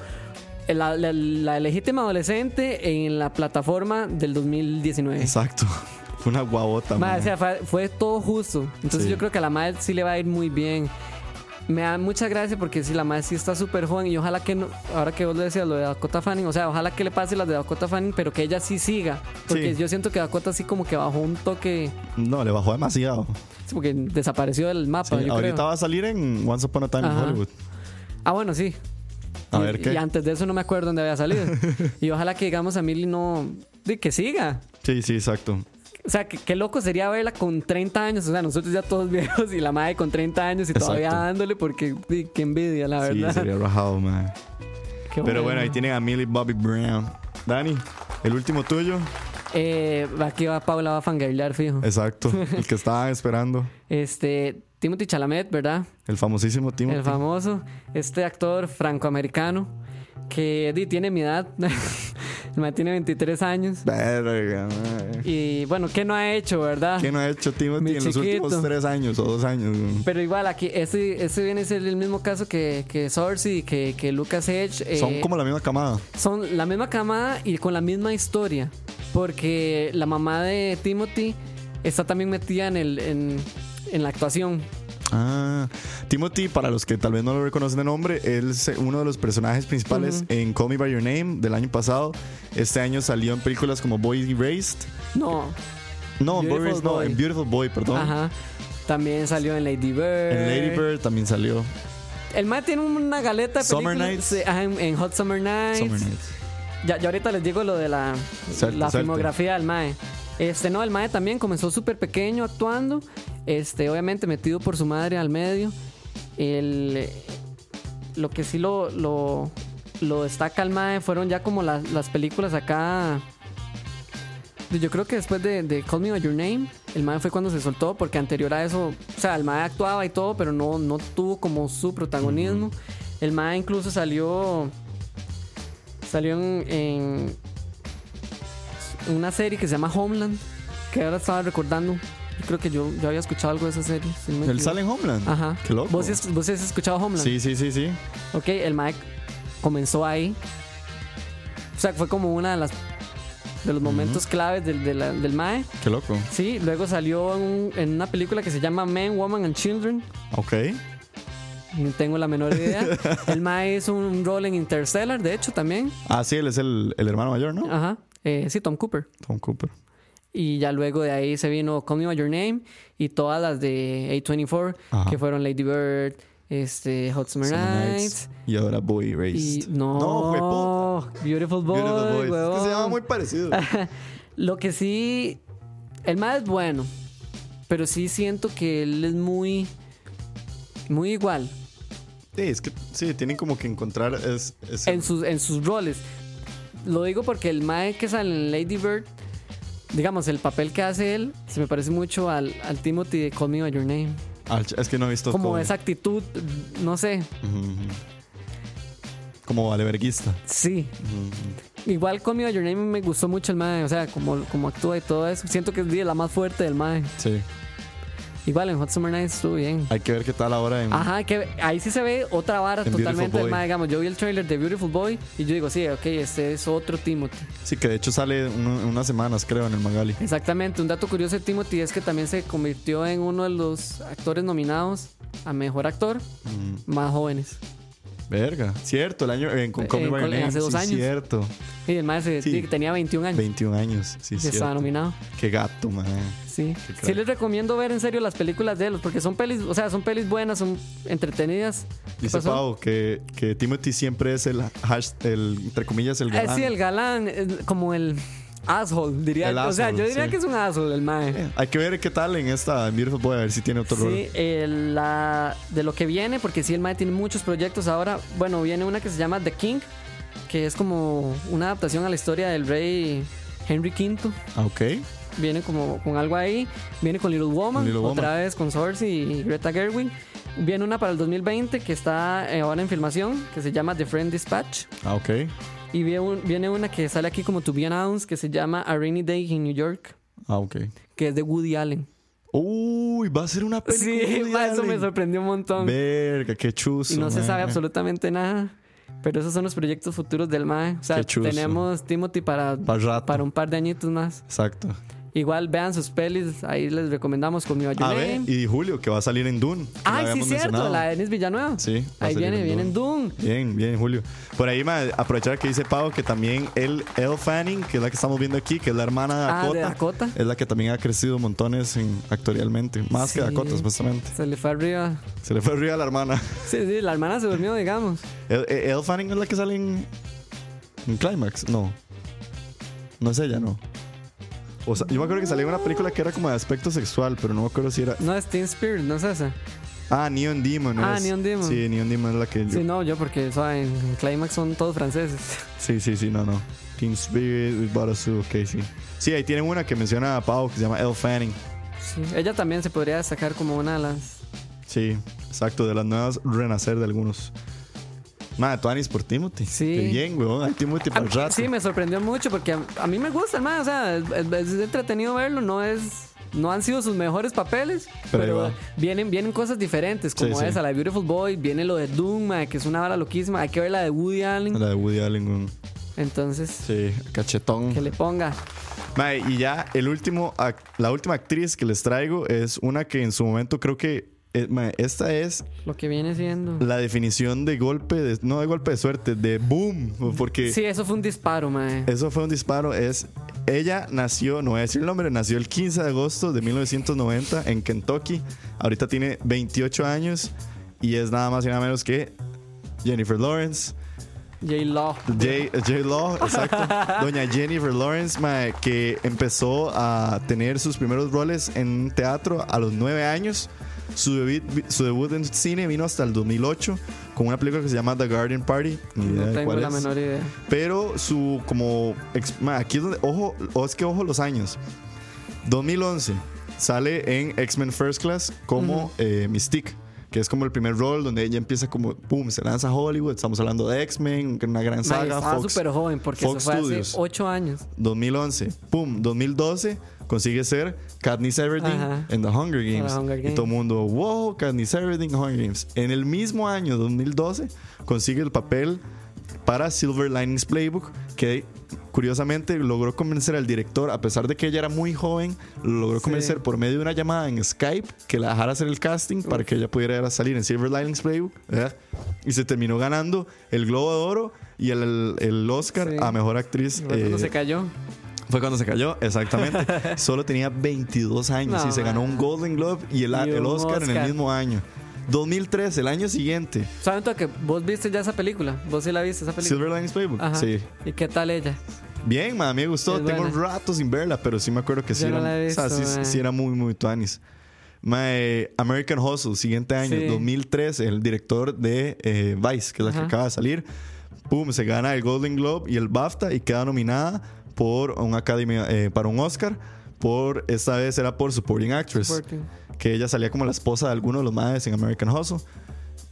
la, la- la legítima adolescente en la plataforma del 2019. Exacto. [laughs] Fue una guabota, Mae, mae. o sea, fue, fue todo justo. Entonces Sí. yo creo que a la madre sí le va a ir muy bien. Me da mucha gracia porque si la madre sí está súper joven y ojalá que no, ahora que vos lo decías lo de Dakota Fanning, o sea, ojalá que le pase las de Dakota Fanning, pero que ella sí siga. Porque Sí. yo siento que Dakota sí como que bajó un toque, No, le bajó demasiado. sí, porque desapareció del Sí, mapa. yo ahorita creo. va a salir en Once Upon a Time Ajá. in Hollywood. Ah, bueno, sí. A y, ver qué. y antes de eso no me acuerdo dónde [laughs] había salido. y ojalá que digamos a Millie no, de que siga. Sí, sí, exacto. O sea, que- qué loco sería verla con 30 años. O sea, nosotros ya todos [laughs] viejos y la madre con 30 años y todavía Exacto. dándole porque sí, qué envidia, la Sí, verdad. sería rajado, man. [laughs] Qué Pero bueno, ahí tienen a Millie Bobby Brown. Dani, el último tuyo. Eh, aquí va Paula, va a fangirlear, fijo. Exacto, el que estaban esperando. Este, Timothy Chalamet, ¿verdad? El famosísimo Timothy. El famoso, este actor francoamericano que di, tiene mi edad, [laughs] El man tiene 23 años. Verga, madre. Y bueno, ¿qué no ha hecho, verdad? ¿Qué no ha hecho Timothy Mi en los chiquito. últimos tres años o dos años? güey? Pero igual, aquí, ese, ese viene a ser el mismo caso que, que Sorcy, que, que Lucas Edge. eh, Son como la misma camada. son la misma camada y con la misma historia. Porque la mamá de Timothy está también metida en, el, en, en la actuación. Ah, Timothy, para los que tal vez no lo reconocen de nombre, él es uno de los personajes principales en Call Me By Your Name del año pasado. Este año salió en películas como Boy Erased. No, No, en Boy Beautiful Erased no, Boy. en Beautiful Boy, perdón. ajá. Eh, También salió en Lady Bird. En Lady Bird también salió. El man tiene una galeta de Summer películas, Nights. sí, ajá, en, en Hot Summer Nights. Summer Nights. Ya, ya ahorita les digo lo de la, Suelte, la suelte. filmografía del Mae. Este, no, el Mae también comenzó súper pequeño actuando. Este, obviamente metido por su madre al medio. El, lo que sí lo, lo, lo destaca el Mae fueron ya como las- las películas acá. Pues Yo creo que después de, de Call Me By Your Name, el Mae fue cuando se soltó, porque anterior a eso, o sea, el Mae actuaba y todo, pero no, no tuvo como su protagonismo. El Mae incluso salió. Salió en, en una serie que se llama Homeland, que ahora estaba recordando. Yo creo que yo, yo había escuchado algo de esa serie. si no me Él equivoco. sale en Homeland. Ajá. Qué loco. ¿Vos, has- vos has escuchado Homeland? Sí, sí, sí, sí. Ok, el Mae comenzó ahí. O sea, fue como una de las de los momentos claves del, de la- del Mae. Qué loco. Sí, luego salió en, un- en una película que se llama Men, Woman and Children. Ok. No tengo la [laughs] menor idea. el Mae hizo un rol en Interstellar, de hecho, también. Ah, sí, él es el, el hermano mayor, ¿no? Ajá. Eh, sí, Tom Cooper. Tom Cooper. Y ya luego de ahí se vino Call Me By Your Name y todas las de A24, Ajá. que fueron Lady Bird, este, Hot Summer Summer Nights. Y ahora Boy Y Erased. no, fue puta. Beautiful Boy, Beautiful Boy. Es que se llama huevón. muy [laughs] parecido. Lo que sí. El más es bueno. Pero sí siento que él es muy. Muy igual. Sí, es que sí, tienen como que encontrar es, es- en sus, en sus roles. Lo digo porque el Mae que sale en Lady Bird, digamos, el papel que hace él, se me parece mucho al, al Timothy de Call Me By Your Name. al ch- es que no he visto Como todo. esa actitud, no sé, Ujú, ujú. Como valeverguista. sí. Igual Call Me By Your Name me gustó mucho el Mae, o sea, como, como actúa y todo eso. Siento que es de la más fuerte del Mae. Sí. Igual en Hot Summer Nights estuvo bien. Hay que ver qué tal ahora en Ajá, que ahí sí se ve otra vara En totalmente Beautiful del Boy. mae, digamos. Yo vi el trailer de Beautiful Boy y yo digo, sí, ok, este es otro Timothy. Sí, que de hecho sale uno- en unas semanas, creo, en el Magali. Exactamente, un dato curioso de Timothy es que también se convirtió en uno de los actores nominados a mejor actor Mm. más jóvenes. Verga. Cierto, el año en con Eh, Call Me eh, By Your con- Name, hace dos sí, años. cierto. Y el mae se- Sí. di- tenía 21 años 21 años, sí, y estaba cierto. nominado. Qué gato, man. Sí. Qué crack. Sí les recomiendo ver en serio las películas de él porque son pelis, o sea, son pelis buenas, son entretenidas. ¿Qué Dice pasó? Pau que, que Timothy siempre es el hash, el, entre comillas, el Eh, galán. sí, el galán, eh, como el asshole, diría. El o sea, asshole, yo diría sí. que es un asshole el mae. Hay que ver qué tal en esta en Beautiful Boy, a ver si tiene otro rol. Sí, eh, la, de lo que viene, porque sí, el Mae tiene muchos proyectos ahora. Bueno, viene una que se llama The King, que es como una adaptación a la historia del rey Henry V. Ah, ok. Viene como con algo ahí. Viene con Little Woman, Little Woman. otra vez con Source y Greta Gerwig. Viene una para el 2020 que está eh, ahora en filmación, que se llama The Friend Dispatch. Ah, ok. Y vie- un- viene una que sale aquí como To Be Announced, que se llama A Rainy Day in New York, Ah, ok. que es de Woody Allen. Uy, va a ser una película. Sí, de [laughs] mae, eso me Allen. sorprendió un montón. Verga, qué chuzo. y no se mae. sabe absolutamente nada. Pero esos son los proyectos futuros del MAE. O sea, Qué chuzo. tenemos Timothy para, Pa' rato. para un par de añitos más. Exacto. Igual vean sus pelis, ahí les recomendamos con mi Your A ver, Name. y Julio, que va a salir en Dune. que la Ay, sí, habíamos cierto, mencionado. la de Denis Villanueva. Sí, va a ahí salir viene, en viene en Doom. Bien, bien, Julio. Por ahí, mae, aprovechar que dice Pau que también el Elle Fanning, que es la que estamos viendo aquí, que es la hermana de Ah, Dakota, de Dakota. es la que también ha crecido montones en, actualmente. Más que Sí. Dakota, supuestamente. Se le fue arriba. Se le fue arriba a la hermana. Sí, sí, la hermana se durmió, digamos. El, el- Elle Fanning es la que sale en, en Climax, no. No es ella, no. O sea, yo me acuerdo que salía una película que era como de aspecto sexual, pero no me acuerdo si era. No es Teen Spirit, no es esa. Ah, Neon Demon. Ah, es. Neon Demon. Sí, Neon Demon es la que. yo- Sí, no, yo porque ¿saben? en Climax son todos franceses. Sí, sí, sí, no, no. Teen Spirit, We Bought a Zoo, ok, sí. Sí, ahí tienen una que menciona a Pau, que se llama Elle Fanning. Sí. Ella también se podría destacar como una de las. Sí, exacto, de las nuevas renacer de algunos. Madre, Tuanis por Timothy. Sí. Qué bien, weón. Hay Timothy para el A- rato. Ah, sí, me sorprendió mucho porque a, a mí me gusta el mae, o sea, es, es- es entretenido verlo, no es. No han sido sus mejores papeles, Pero pero, ahí va. vienen, vienen cosas diferentes, como Sí, sí. esa, la de Beautiful Boy, viene lo de Doom, mae, que es una vara loquísima, hay que ver la de Woody Allen, La de Woody Allen, weón. entonces, Sí, cachetón. que le ponga. Mae, y ya el último, ac- la última actriz que les traigo es una que en su momento creo que eh, mae, esta es Lo que viene siendo. la definición de golpe, de, no de golpe de suerte, de boom, porque Sí, eso fue un disparo, eh, mae. eso fue un disparo. Es ella nació, no voy a decir el nombre, nació el 15 de agosto de 1990 en Kentucky. Ahorita tiene 28 años y es nada más y nada menos que Jennifer Lawrence. J. Law. J, J. [laughs] Law, exacto. Doña Jennifer Lawrence, mae, que empezó a tener sus primeros roles en teatro a los nueve años. Su debut, su debut en cine vino hasta el 2008 con una película que se llama The Garden Party. Ni idea No de tengo cuál la es. menor idea. Pero su como ex- ma, aquí es donde ojo, o es que ojo los años. 2011 sale en X-Men First Class como eh, Mystique, que es como el primer rol donde ella empieza como boom, se lanza a Hollywood, estamos hablando de X-Men, una gran Mae, saga estaba Fox. súper joven porque Fox eso fue Studios. hace 8 años. 2011, pum, 2012 consigue ser Katniss Everdeen Ajá. en The Hunger Games. The Hunger Y todo el Games. mundo, wow, Katniss Everdeen, Hunger Games. En el mismo año, 2012, consigue el papel para Silver Linings Playbook, que curiosamente logró convencer al director, a pesar de que ella era muy joven, lo logró Sí. convencer por medio de una llamada en Skype que la dejara hacer el casting para que ella pudiera ir a salir en Silver Linings Playbook. ¿verdad? Y se terminó ganando el Globo de Oro y el, el Oscar Sí. a Mejor Actriz. Igual cuando eh, se cayó. fue cuando se cayó, [laughs] exactamente. Solo tenía 22 años No, y se ganó un man. Golden Globe y el, Y el un Oscar, en el Oscar. mismo año. 2003, el año siguiente. ¿Saben todo que vos viste ya esa película? ¿Vos sí la viste esa película? Silver Linings Playbook. Ajá. Sí. ¿Y qué tal ella? Bien, ma, a mí me gustó. Es Tengo buena. rato sin verla, pero sí me acuerdo que sí Yo no era, la he o sea, visto, sí- ma. sí era muy, muy tuanis. Ma, eh, American Hustle, siguiente año, Sí. 2003, el director de eh, Vice, que es la que Ajá. acaba de salir. Pum, se gana el Golden Globe y el BAFTA y queda nominada por un Academy, eh, para un Oscar. Por, esta vez era por Supporting Actress Supporting. que ella salía como la esposa de alguno de los madres en American Hustle.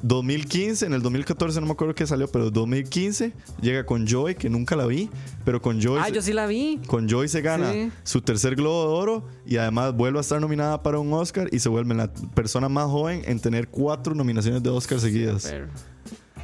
2015, en el 2014 no me acuerdo qué salió, pero 2015 llega con Joy, que nunca la vi, pero con Joy, Ah, yo sí la vi. con Joy se gana Sí. su tercer Globo de Oro y además vuelve a estar nominada para un Oscar y se vuelve la persona más joven en tener cuatro nominaciones de Oscar seguidas. Pero-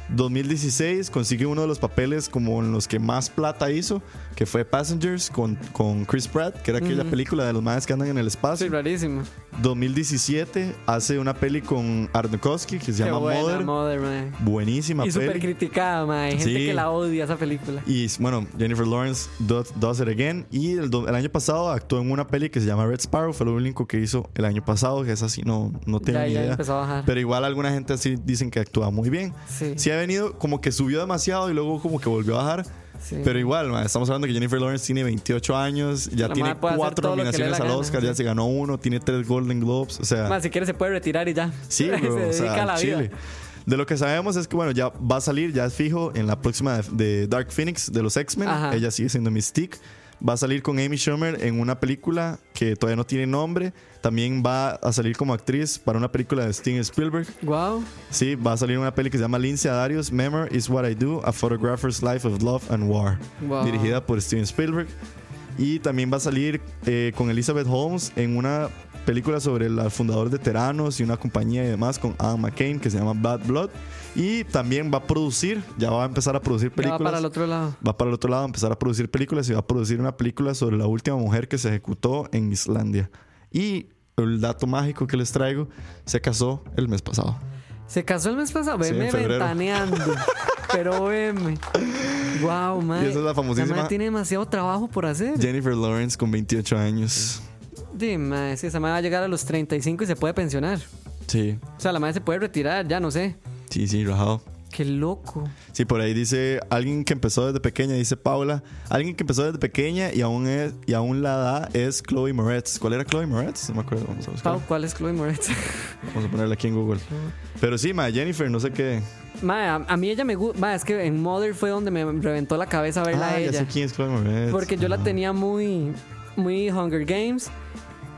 2016 consigue uno de los papeles como en los que más plata hizo, que fue Passengers con, con Chris Pratt, que era aquella película de los madres que andan en el espacio. Sí, rarísimo. 2017 hace una peli con Arnokowski que se Qué llama buena, Mother. Mother, mae. Buenísima Y súper peli. criticada, mae. Hay gente Sí. que la odia esa película. Y bueno, Jennifer Lawrence does, does it again. Y el, do- el año pasado actuó en una peli que se llama Red Sparrow. Fue lo único que hizo el año pasado, que es así, no, no tengo Ya, ni ya idea. empezó a bajar. Pero igual alguna gente así dicen que actúa muy bien. Sí. Sí ha venido, como que subió demasiado y luego como que volvió a bajar. Sí. Pero igual, ma, estamos hablando que Jennifer Lawrence tiene 28 años, ya La tiene madre puede hacer cuatro todo lo que le dé nominaciones la al gana, Oscar, sí. ya se ganó uno, tiene tres Golden Globes, o sea... Mae, si quiere se puede retirar y ya. Ah. Sí, [laughs] se bro, dedica o sea, a la Chile. vida. De lo que sabemos es que, bueno, ya va a salir, ya es fijo, en la próxima de, de Dark Phoenix de los X-Men. Ajá. Ella sigue siendo Mystique. Va a salir con Amy Schumer en una película que todavía no tiene nombre. También va a salir como actriz para una película de Steven Spielberg. Wow. Sí, va a salir una peli que se llama Lindsay Darius, Memory is What I Do, A Photographer's Life of Love and War, Wow. dirigida por Steven Spielberg. Y también va a salir eh, con Elizabeth Holmes en una película sobre el fundador de Teranos y una compañía y demás con Adam McCain que se llama Bad Blood. Y también va a producir, ya va a empezar a producir Ya va películas. para el otro lado. Va para el otro lado a empezar a producir películas y va a producir una película sobre la última mujer que se ejecutó en Islandia. Y el dato mágico que les traigo, se casó el mes pasado. Se casó el mes pasado. Sí, en Veme febrero. [laughs] ventaneando. pero veme. Wow, mae. Y esa es la famosísima- mae tiene demasiado trabajo por hacer. Jennifer Lawrence con 28 años. Sí, mae. Sí, esa mae va a llegar a los 35 y se puede pensionar. Sí, O sea, la mae se puede retirar, ya no sé. sí, sí, rajado. Qué loco. Sí, por ahí dice alguien que empezó desde pequeña, dice Paula. Alguien que empezó desde pequeña y aún, es, y aún la da es Chloe Moretz. ¿Cuál era Chloe Moretz? No me acuerdo. Vamos a buscar. Pau, ¿cuál es Chloe Moretz? [laughs] Vamos a ponerla aquí en Google. Pero sí, ma, Jennifer, no sé qué. mae, a, a mí ella me gusta. Es que en Mother fue donde me reventó la cabeza verla Ah, a ya ella. sé quién es Chloe Moretz. Porque yo la Ah. tenía muy, muy Hunger Games.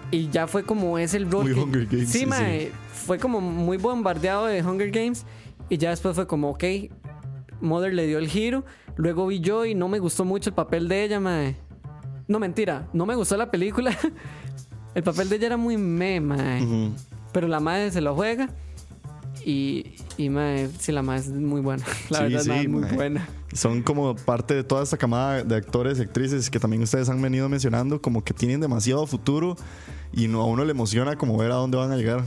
Y ya fue como es el rol. Muy que- Hunger Games, Sí, sí, mae, Fue como muy bombardeado de Hunger Games. Y ya después fue como, ok, Mother le dio el giro. Luego vi yo y no me gustó mucho el papel de ella, mae. No, mentira. No me gustó la película. [laughs] el papel de ella era muy me, mae. Ujú. Pero la madre se lo juega. Y, y mae, sí, la madre es muy buena. [laughs] La Sí, verdad, sí, mae, muy mae. buena. Son como parte de toda esta camada de actores y actrices que también ustedes han venido mencionando, como que tienen demasiado futuro y no, a uno le emociona como ver a dónde van a llegar.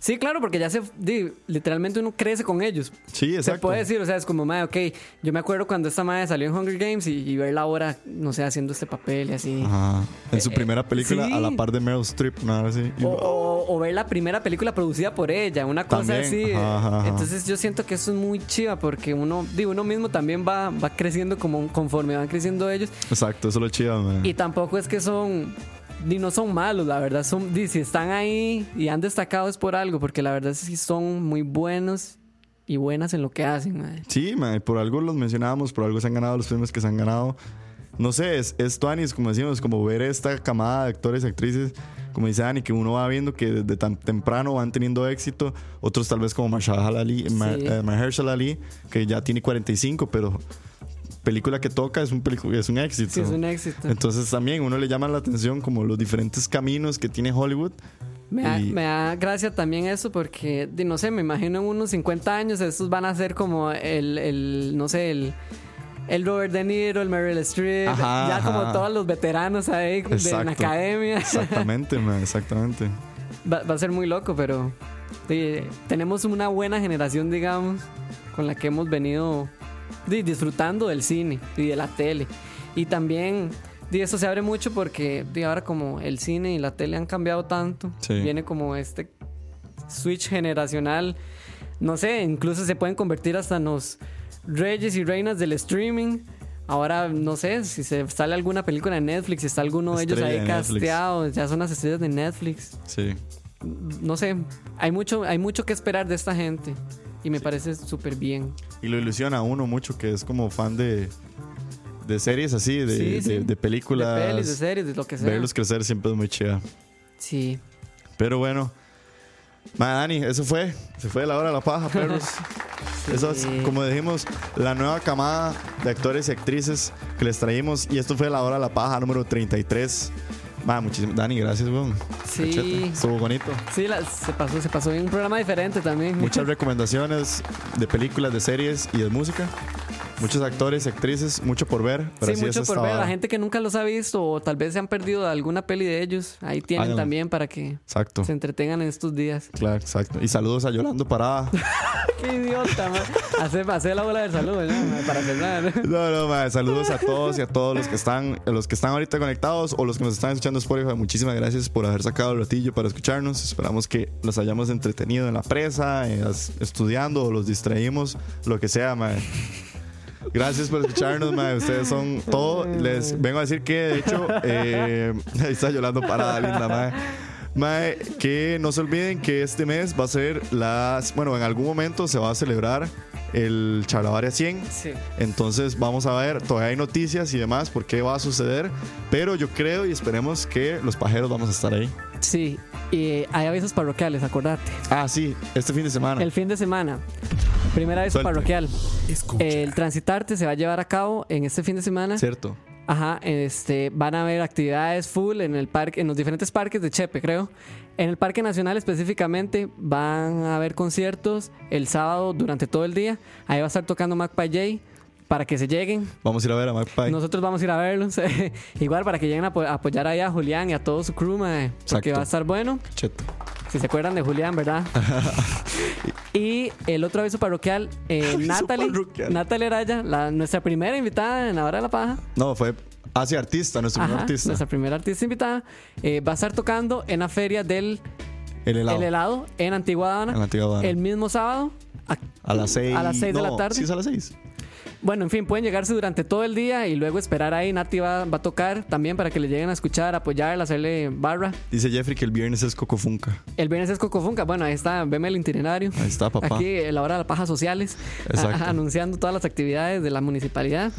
Sí, claro, porque ya se. di, literalmente uno crece con ellos. Sí, Se exacto. puede decir, o sea, es como, madre, ok, yo me acuerdo cuando esta madre salió en Hunger Games y, y verla ahora, no sé, haciendo este papel y así. Ajá. En su Eh, primera película, sí. Oh. a la par de Meryl Streep, nada así. Y- O, o- o ver la primera película producida por ella, una cosa También. así. Ajá, ajá. Entonces yo siento que eso es muy chiva porque uno, digo, uno mismo también va, va creciendo como conforme van creciendo ellos. Exacto, eso es lo chido, man. Y tampoco es que son. Ni no son malos, la verdad. Son, di, si están ahí y han destacado es por algo, porque la verdad sí son muy buenos y buenas en lo que hacen, madre. Sí, man, por algo los mencionábamos, por algo se han ganado los premios que se han ganado. No sé, es, es tuanis, como decimos, como ver esta camada de actores y actrices, como dice Dani, que uno va viendo que desde tan temprano van teniendo éxito. Otros tal vez como Mahershala Ali, Ma- Sí. eh, Mahershala Ali, que ya tiene 45, pero película que toca es un, pelicu- es un éxito. Sí, es un éxito. Entonces también uno le llama la atención como los diferentes caminos que tiene Hollywood. Me da, Y- me da gracia también eso porque, di, no sé, me imagino en unos 50 años estos van a ser como el, el no sé, el, el Robert De Niro, el Meryl Streep, Ajá, ya como ajá. todos los veteranos ahí de la Exacto. academia. [laughs] Exactamente, man, exactamente. Va, va a ser muy loco, pero di, tenemos una buena generación, digamos, con la que hemos venido di, disfrutando del cine y de la tele. Y también, di, eso se abre mucho porque di, ahora como el cine y la tele han cambiado tanto, Sí. viene como este switch generacional. No sé, incluso se pueden convertir hasta en los reyes y reinas del streaming. Ahora, no sé, si se sale alguna película en Netflix, si está alguno de ellos Estrella ahí de Netflix. casteado, ya son las estrellas de Netflix Sí. no sé, hay mucho, hay mucho que esperar de esta gente. Y me parece súper bien. Y lo ilusiona a uno mucho que es como fan de, de series así, de, Sí, de- sí. de películas. de pelis, de series, de lo que sea. Verlos crecer siempre es muy chida. Sí. Pero bueno. Ma, Dani, eso fue. Se fue la hora de la paja, perros. Eso es, [laughs] Sí. como dijimos, la nueva camada de actores y actrices que les traímos. Y esto fue la hora de la paja número 33. Ma, muchísimas. Dani, gracias, weón. Sí. Cachete, Estuvo bonito. Sí, la- se pasó, se pasó en un programa diferente también. [laughs] Muchas recomendaciones de películas, de series y de música. Muchos actores y actrices, mucho por ver. Pero así sí, es mucho esta por ver. vara. La gente que nunca los ha visto o tal vez se han perdido de alguna peli de ellos, ahí tienen Háganlo. también para que Exacto. se entretengan en estos días. [laughs] Claro, exacto. Y saludos a Yolando Parada. Qué idiota, man. Hacer, hacer la bola del saludo, ¿no? Man, Para cenar. No, no, ma, saludos a todos y a todos los que están, a los que están ahorita conectados o los que nos están escuchando en Spotify. Muchísimas gracias por haber sacado el ratillo para escucharnos. Esperamos que los hayamos entretenido en la presa, en las- estudiando o los distraímos, lo que sea, ma. Gracias por escucharnos, ma. Ustedes son todo. Les vengo a decir que, de hecho, eh, [laughs] ahí está Yolando Parada, linda, ma. Mae, que no se olviden que este mes va a ser las. Bueno, en algún momento se va a celebrar el Charlavaria 100. Sí. Entonces vamos a ver, todavía hay noticias y demás por qué va a suceder, pero yo creo y esperemos que los pajeros vamos a estar ahí. [laughs] Sí. Y hay avisos parroquiales, acordate. Ah, sí, este fin de semana. [laughs] El fin de semana. Primer aviso Suelte. parroquial. Escucha. El transitarte se va a llevar a cabo en este fin de semana. Cierto. Ajá, este, van a haber actividades full en el parque, en los diferentes parques de Chepe, creo. En el Parque Nacional específicamente van a haber conciertos el sábado durante todo el día. Ahí va a estar tocando Magpie Jay para que se lleguen. Vamos a ir a ver a Magpie. Nosotros vamos a ir a verlos. [laughs] Igual para que lleguen a apo- a apoyar ahí a Julián y a todo su crew, mae, porque Exacto. va a estar bueno. Cheto. Si se acuerdan de Julián, ¿verdad? [laughs] y el otro aviso parroquial, eh, Natalie, parroquial. Natalie Araya, la- nuestra primera invitada en Ahora la Paja. No, fue hacia artista, nuestro primer Ajá, artista. Nuestra primera artista invitada eh, va a estar tocando en la feria del El helado. el helado en Antigua Habana. En la Antigua Habana. El mismo sábado. a- A las seis. A las seis de no, la tarde. Sí, es a las seis. Bueno, en fin, pueden llegarse durante todo el día y luego esperar ahí. Nati va, va a tocar también para que le lleguen a escuchar, apoyar, hacerle barra. Dice Jeffrey que el viernes es Cocofunca. El viernes es Cocofunca. Bueno, ahí está, veme el itinerario. Ahí está, papá. Aquí, en la hora de las pajas sociales. Exacto. a- anunciando todas las actividades de la municipalidad.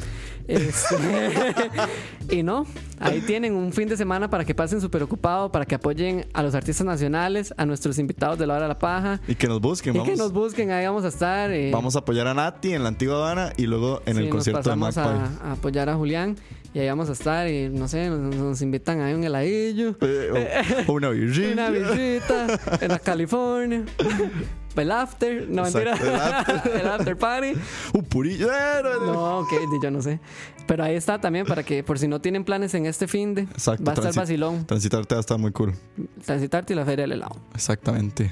Este, [laughs] y no, ahí tienen un fin de semana para que pasen súper ocupado, para que apoyen a los artistas nacionales, a nuestros invitados de la hora de la paja. Y que nos busquen, Y vamos. que nos busquen, ahí vamos a estar. eh, Vamos a apoyar a Nati en la antigua Habana y luego en sí, el concierto de nos pasamos Magpie. a, a apoyar a Julián y ahí vamos a estar y no sé, nos, nos invitan ahí un heladillo, Eh, o- o una virgin. una visita en la California, el after, no Exacto, mentira, el after. [laughs] el after party. [laughs] Un purillo. Eh, no, no. No, ok, di- yo no sé. Pero ahí está también para que, por si no tienen planes en este fin de, Exacto, va a estar transi- vacilón. Transitarte va a estar muy cool. Transitarte y la feria del helado. Exactamente.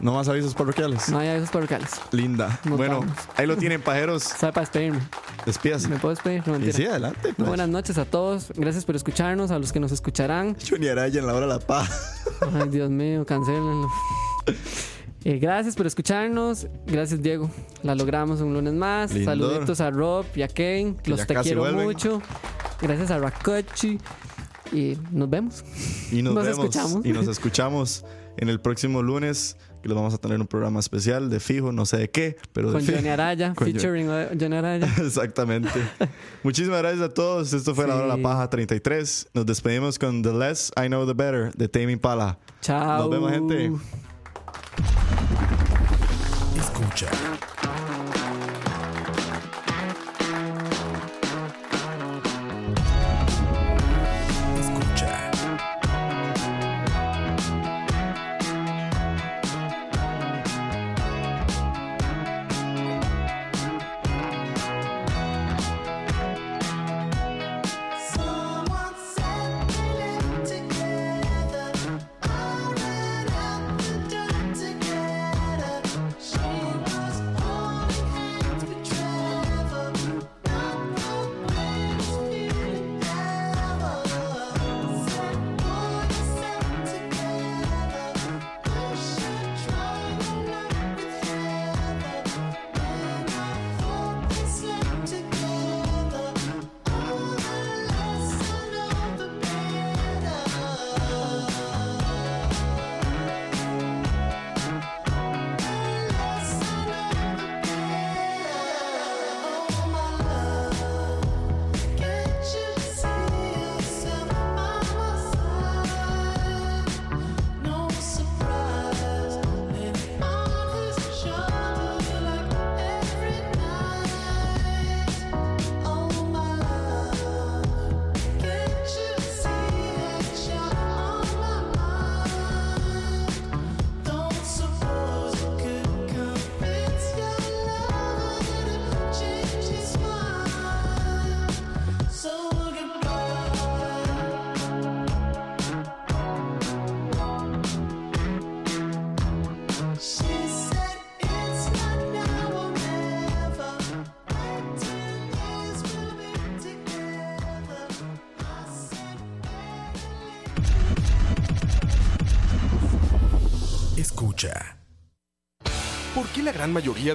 No más avisos parroquiales. No hay avisos parroquiales. Linda. Nos bueno, vamos. ahí lo tienen, pajeros. Sabe para despedirme. Despídase. [laughs] ¿Me puedo despedir? No, Y mentira. sí, adelante. Muy pues. Buenas noches a todos. Gracias por escucharnos, a los que nos escucharán. Johnny Araya en la hora de la paz. Ay, Dios mío, cancelenlo. Eh, gracias por escucharnos. Gracias, Diego. La logramos un lunes más. Lindo. Saluditos a Rob y a Ken. Los ya te casi quiero vuelven. mucho. Gracias a Rakochi. Y nos vemos. Y nos, Nos vemos. escuchamos. Y nos escuchamos en el próximo lunes. Que les vamos a tener un programa especial de fijo, no sé de qué, pero de Con fijo. Johnny Araya. Con Johnny. featuring a Johnny Araya. [laughs] Exactamente. Muchísimas gracias a todos. Esto fue La Hora de Sí. la Paja 33. Nos despedimos con The Less I Know The Better de Tame Pala. Chao. Nos vemos, gente. Escucha. Escucha. Someone said we live together. I ran out the door together. She was holding hands with Trevor. Not the greatest feeling ever. Said what we said together. Wish I tried along with Heather. And I hope we slept together. Oh my love can't you see that you're on my mind? Don't suppose you could convince your lover to change his mind. So goodbye. She said it's not now or never. Acting is we'll be together. I said barely. Escucha. ¿Por qué la gran mayoría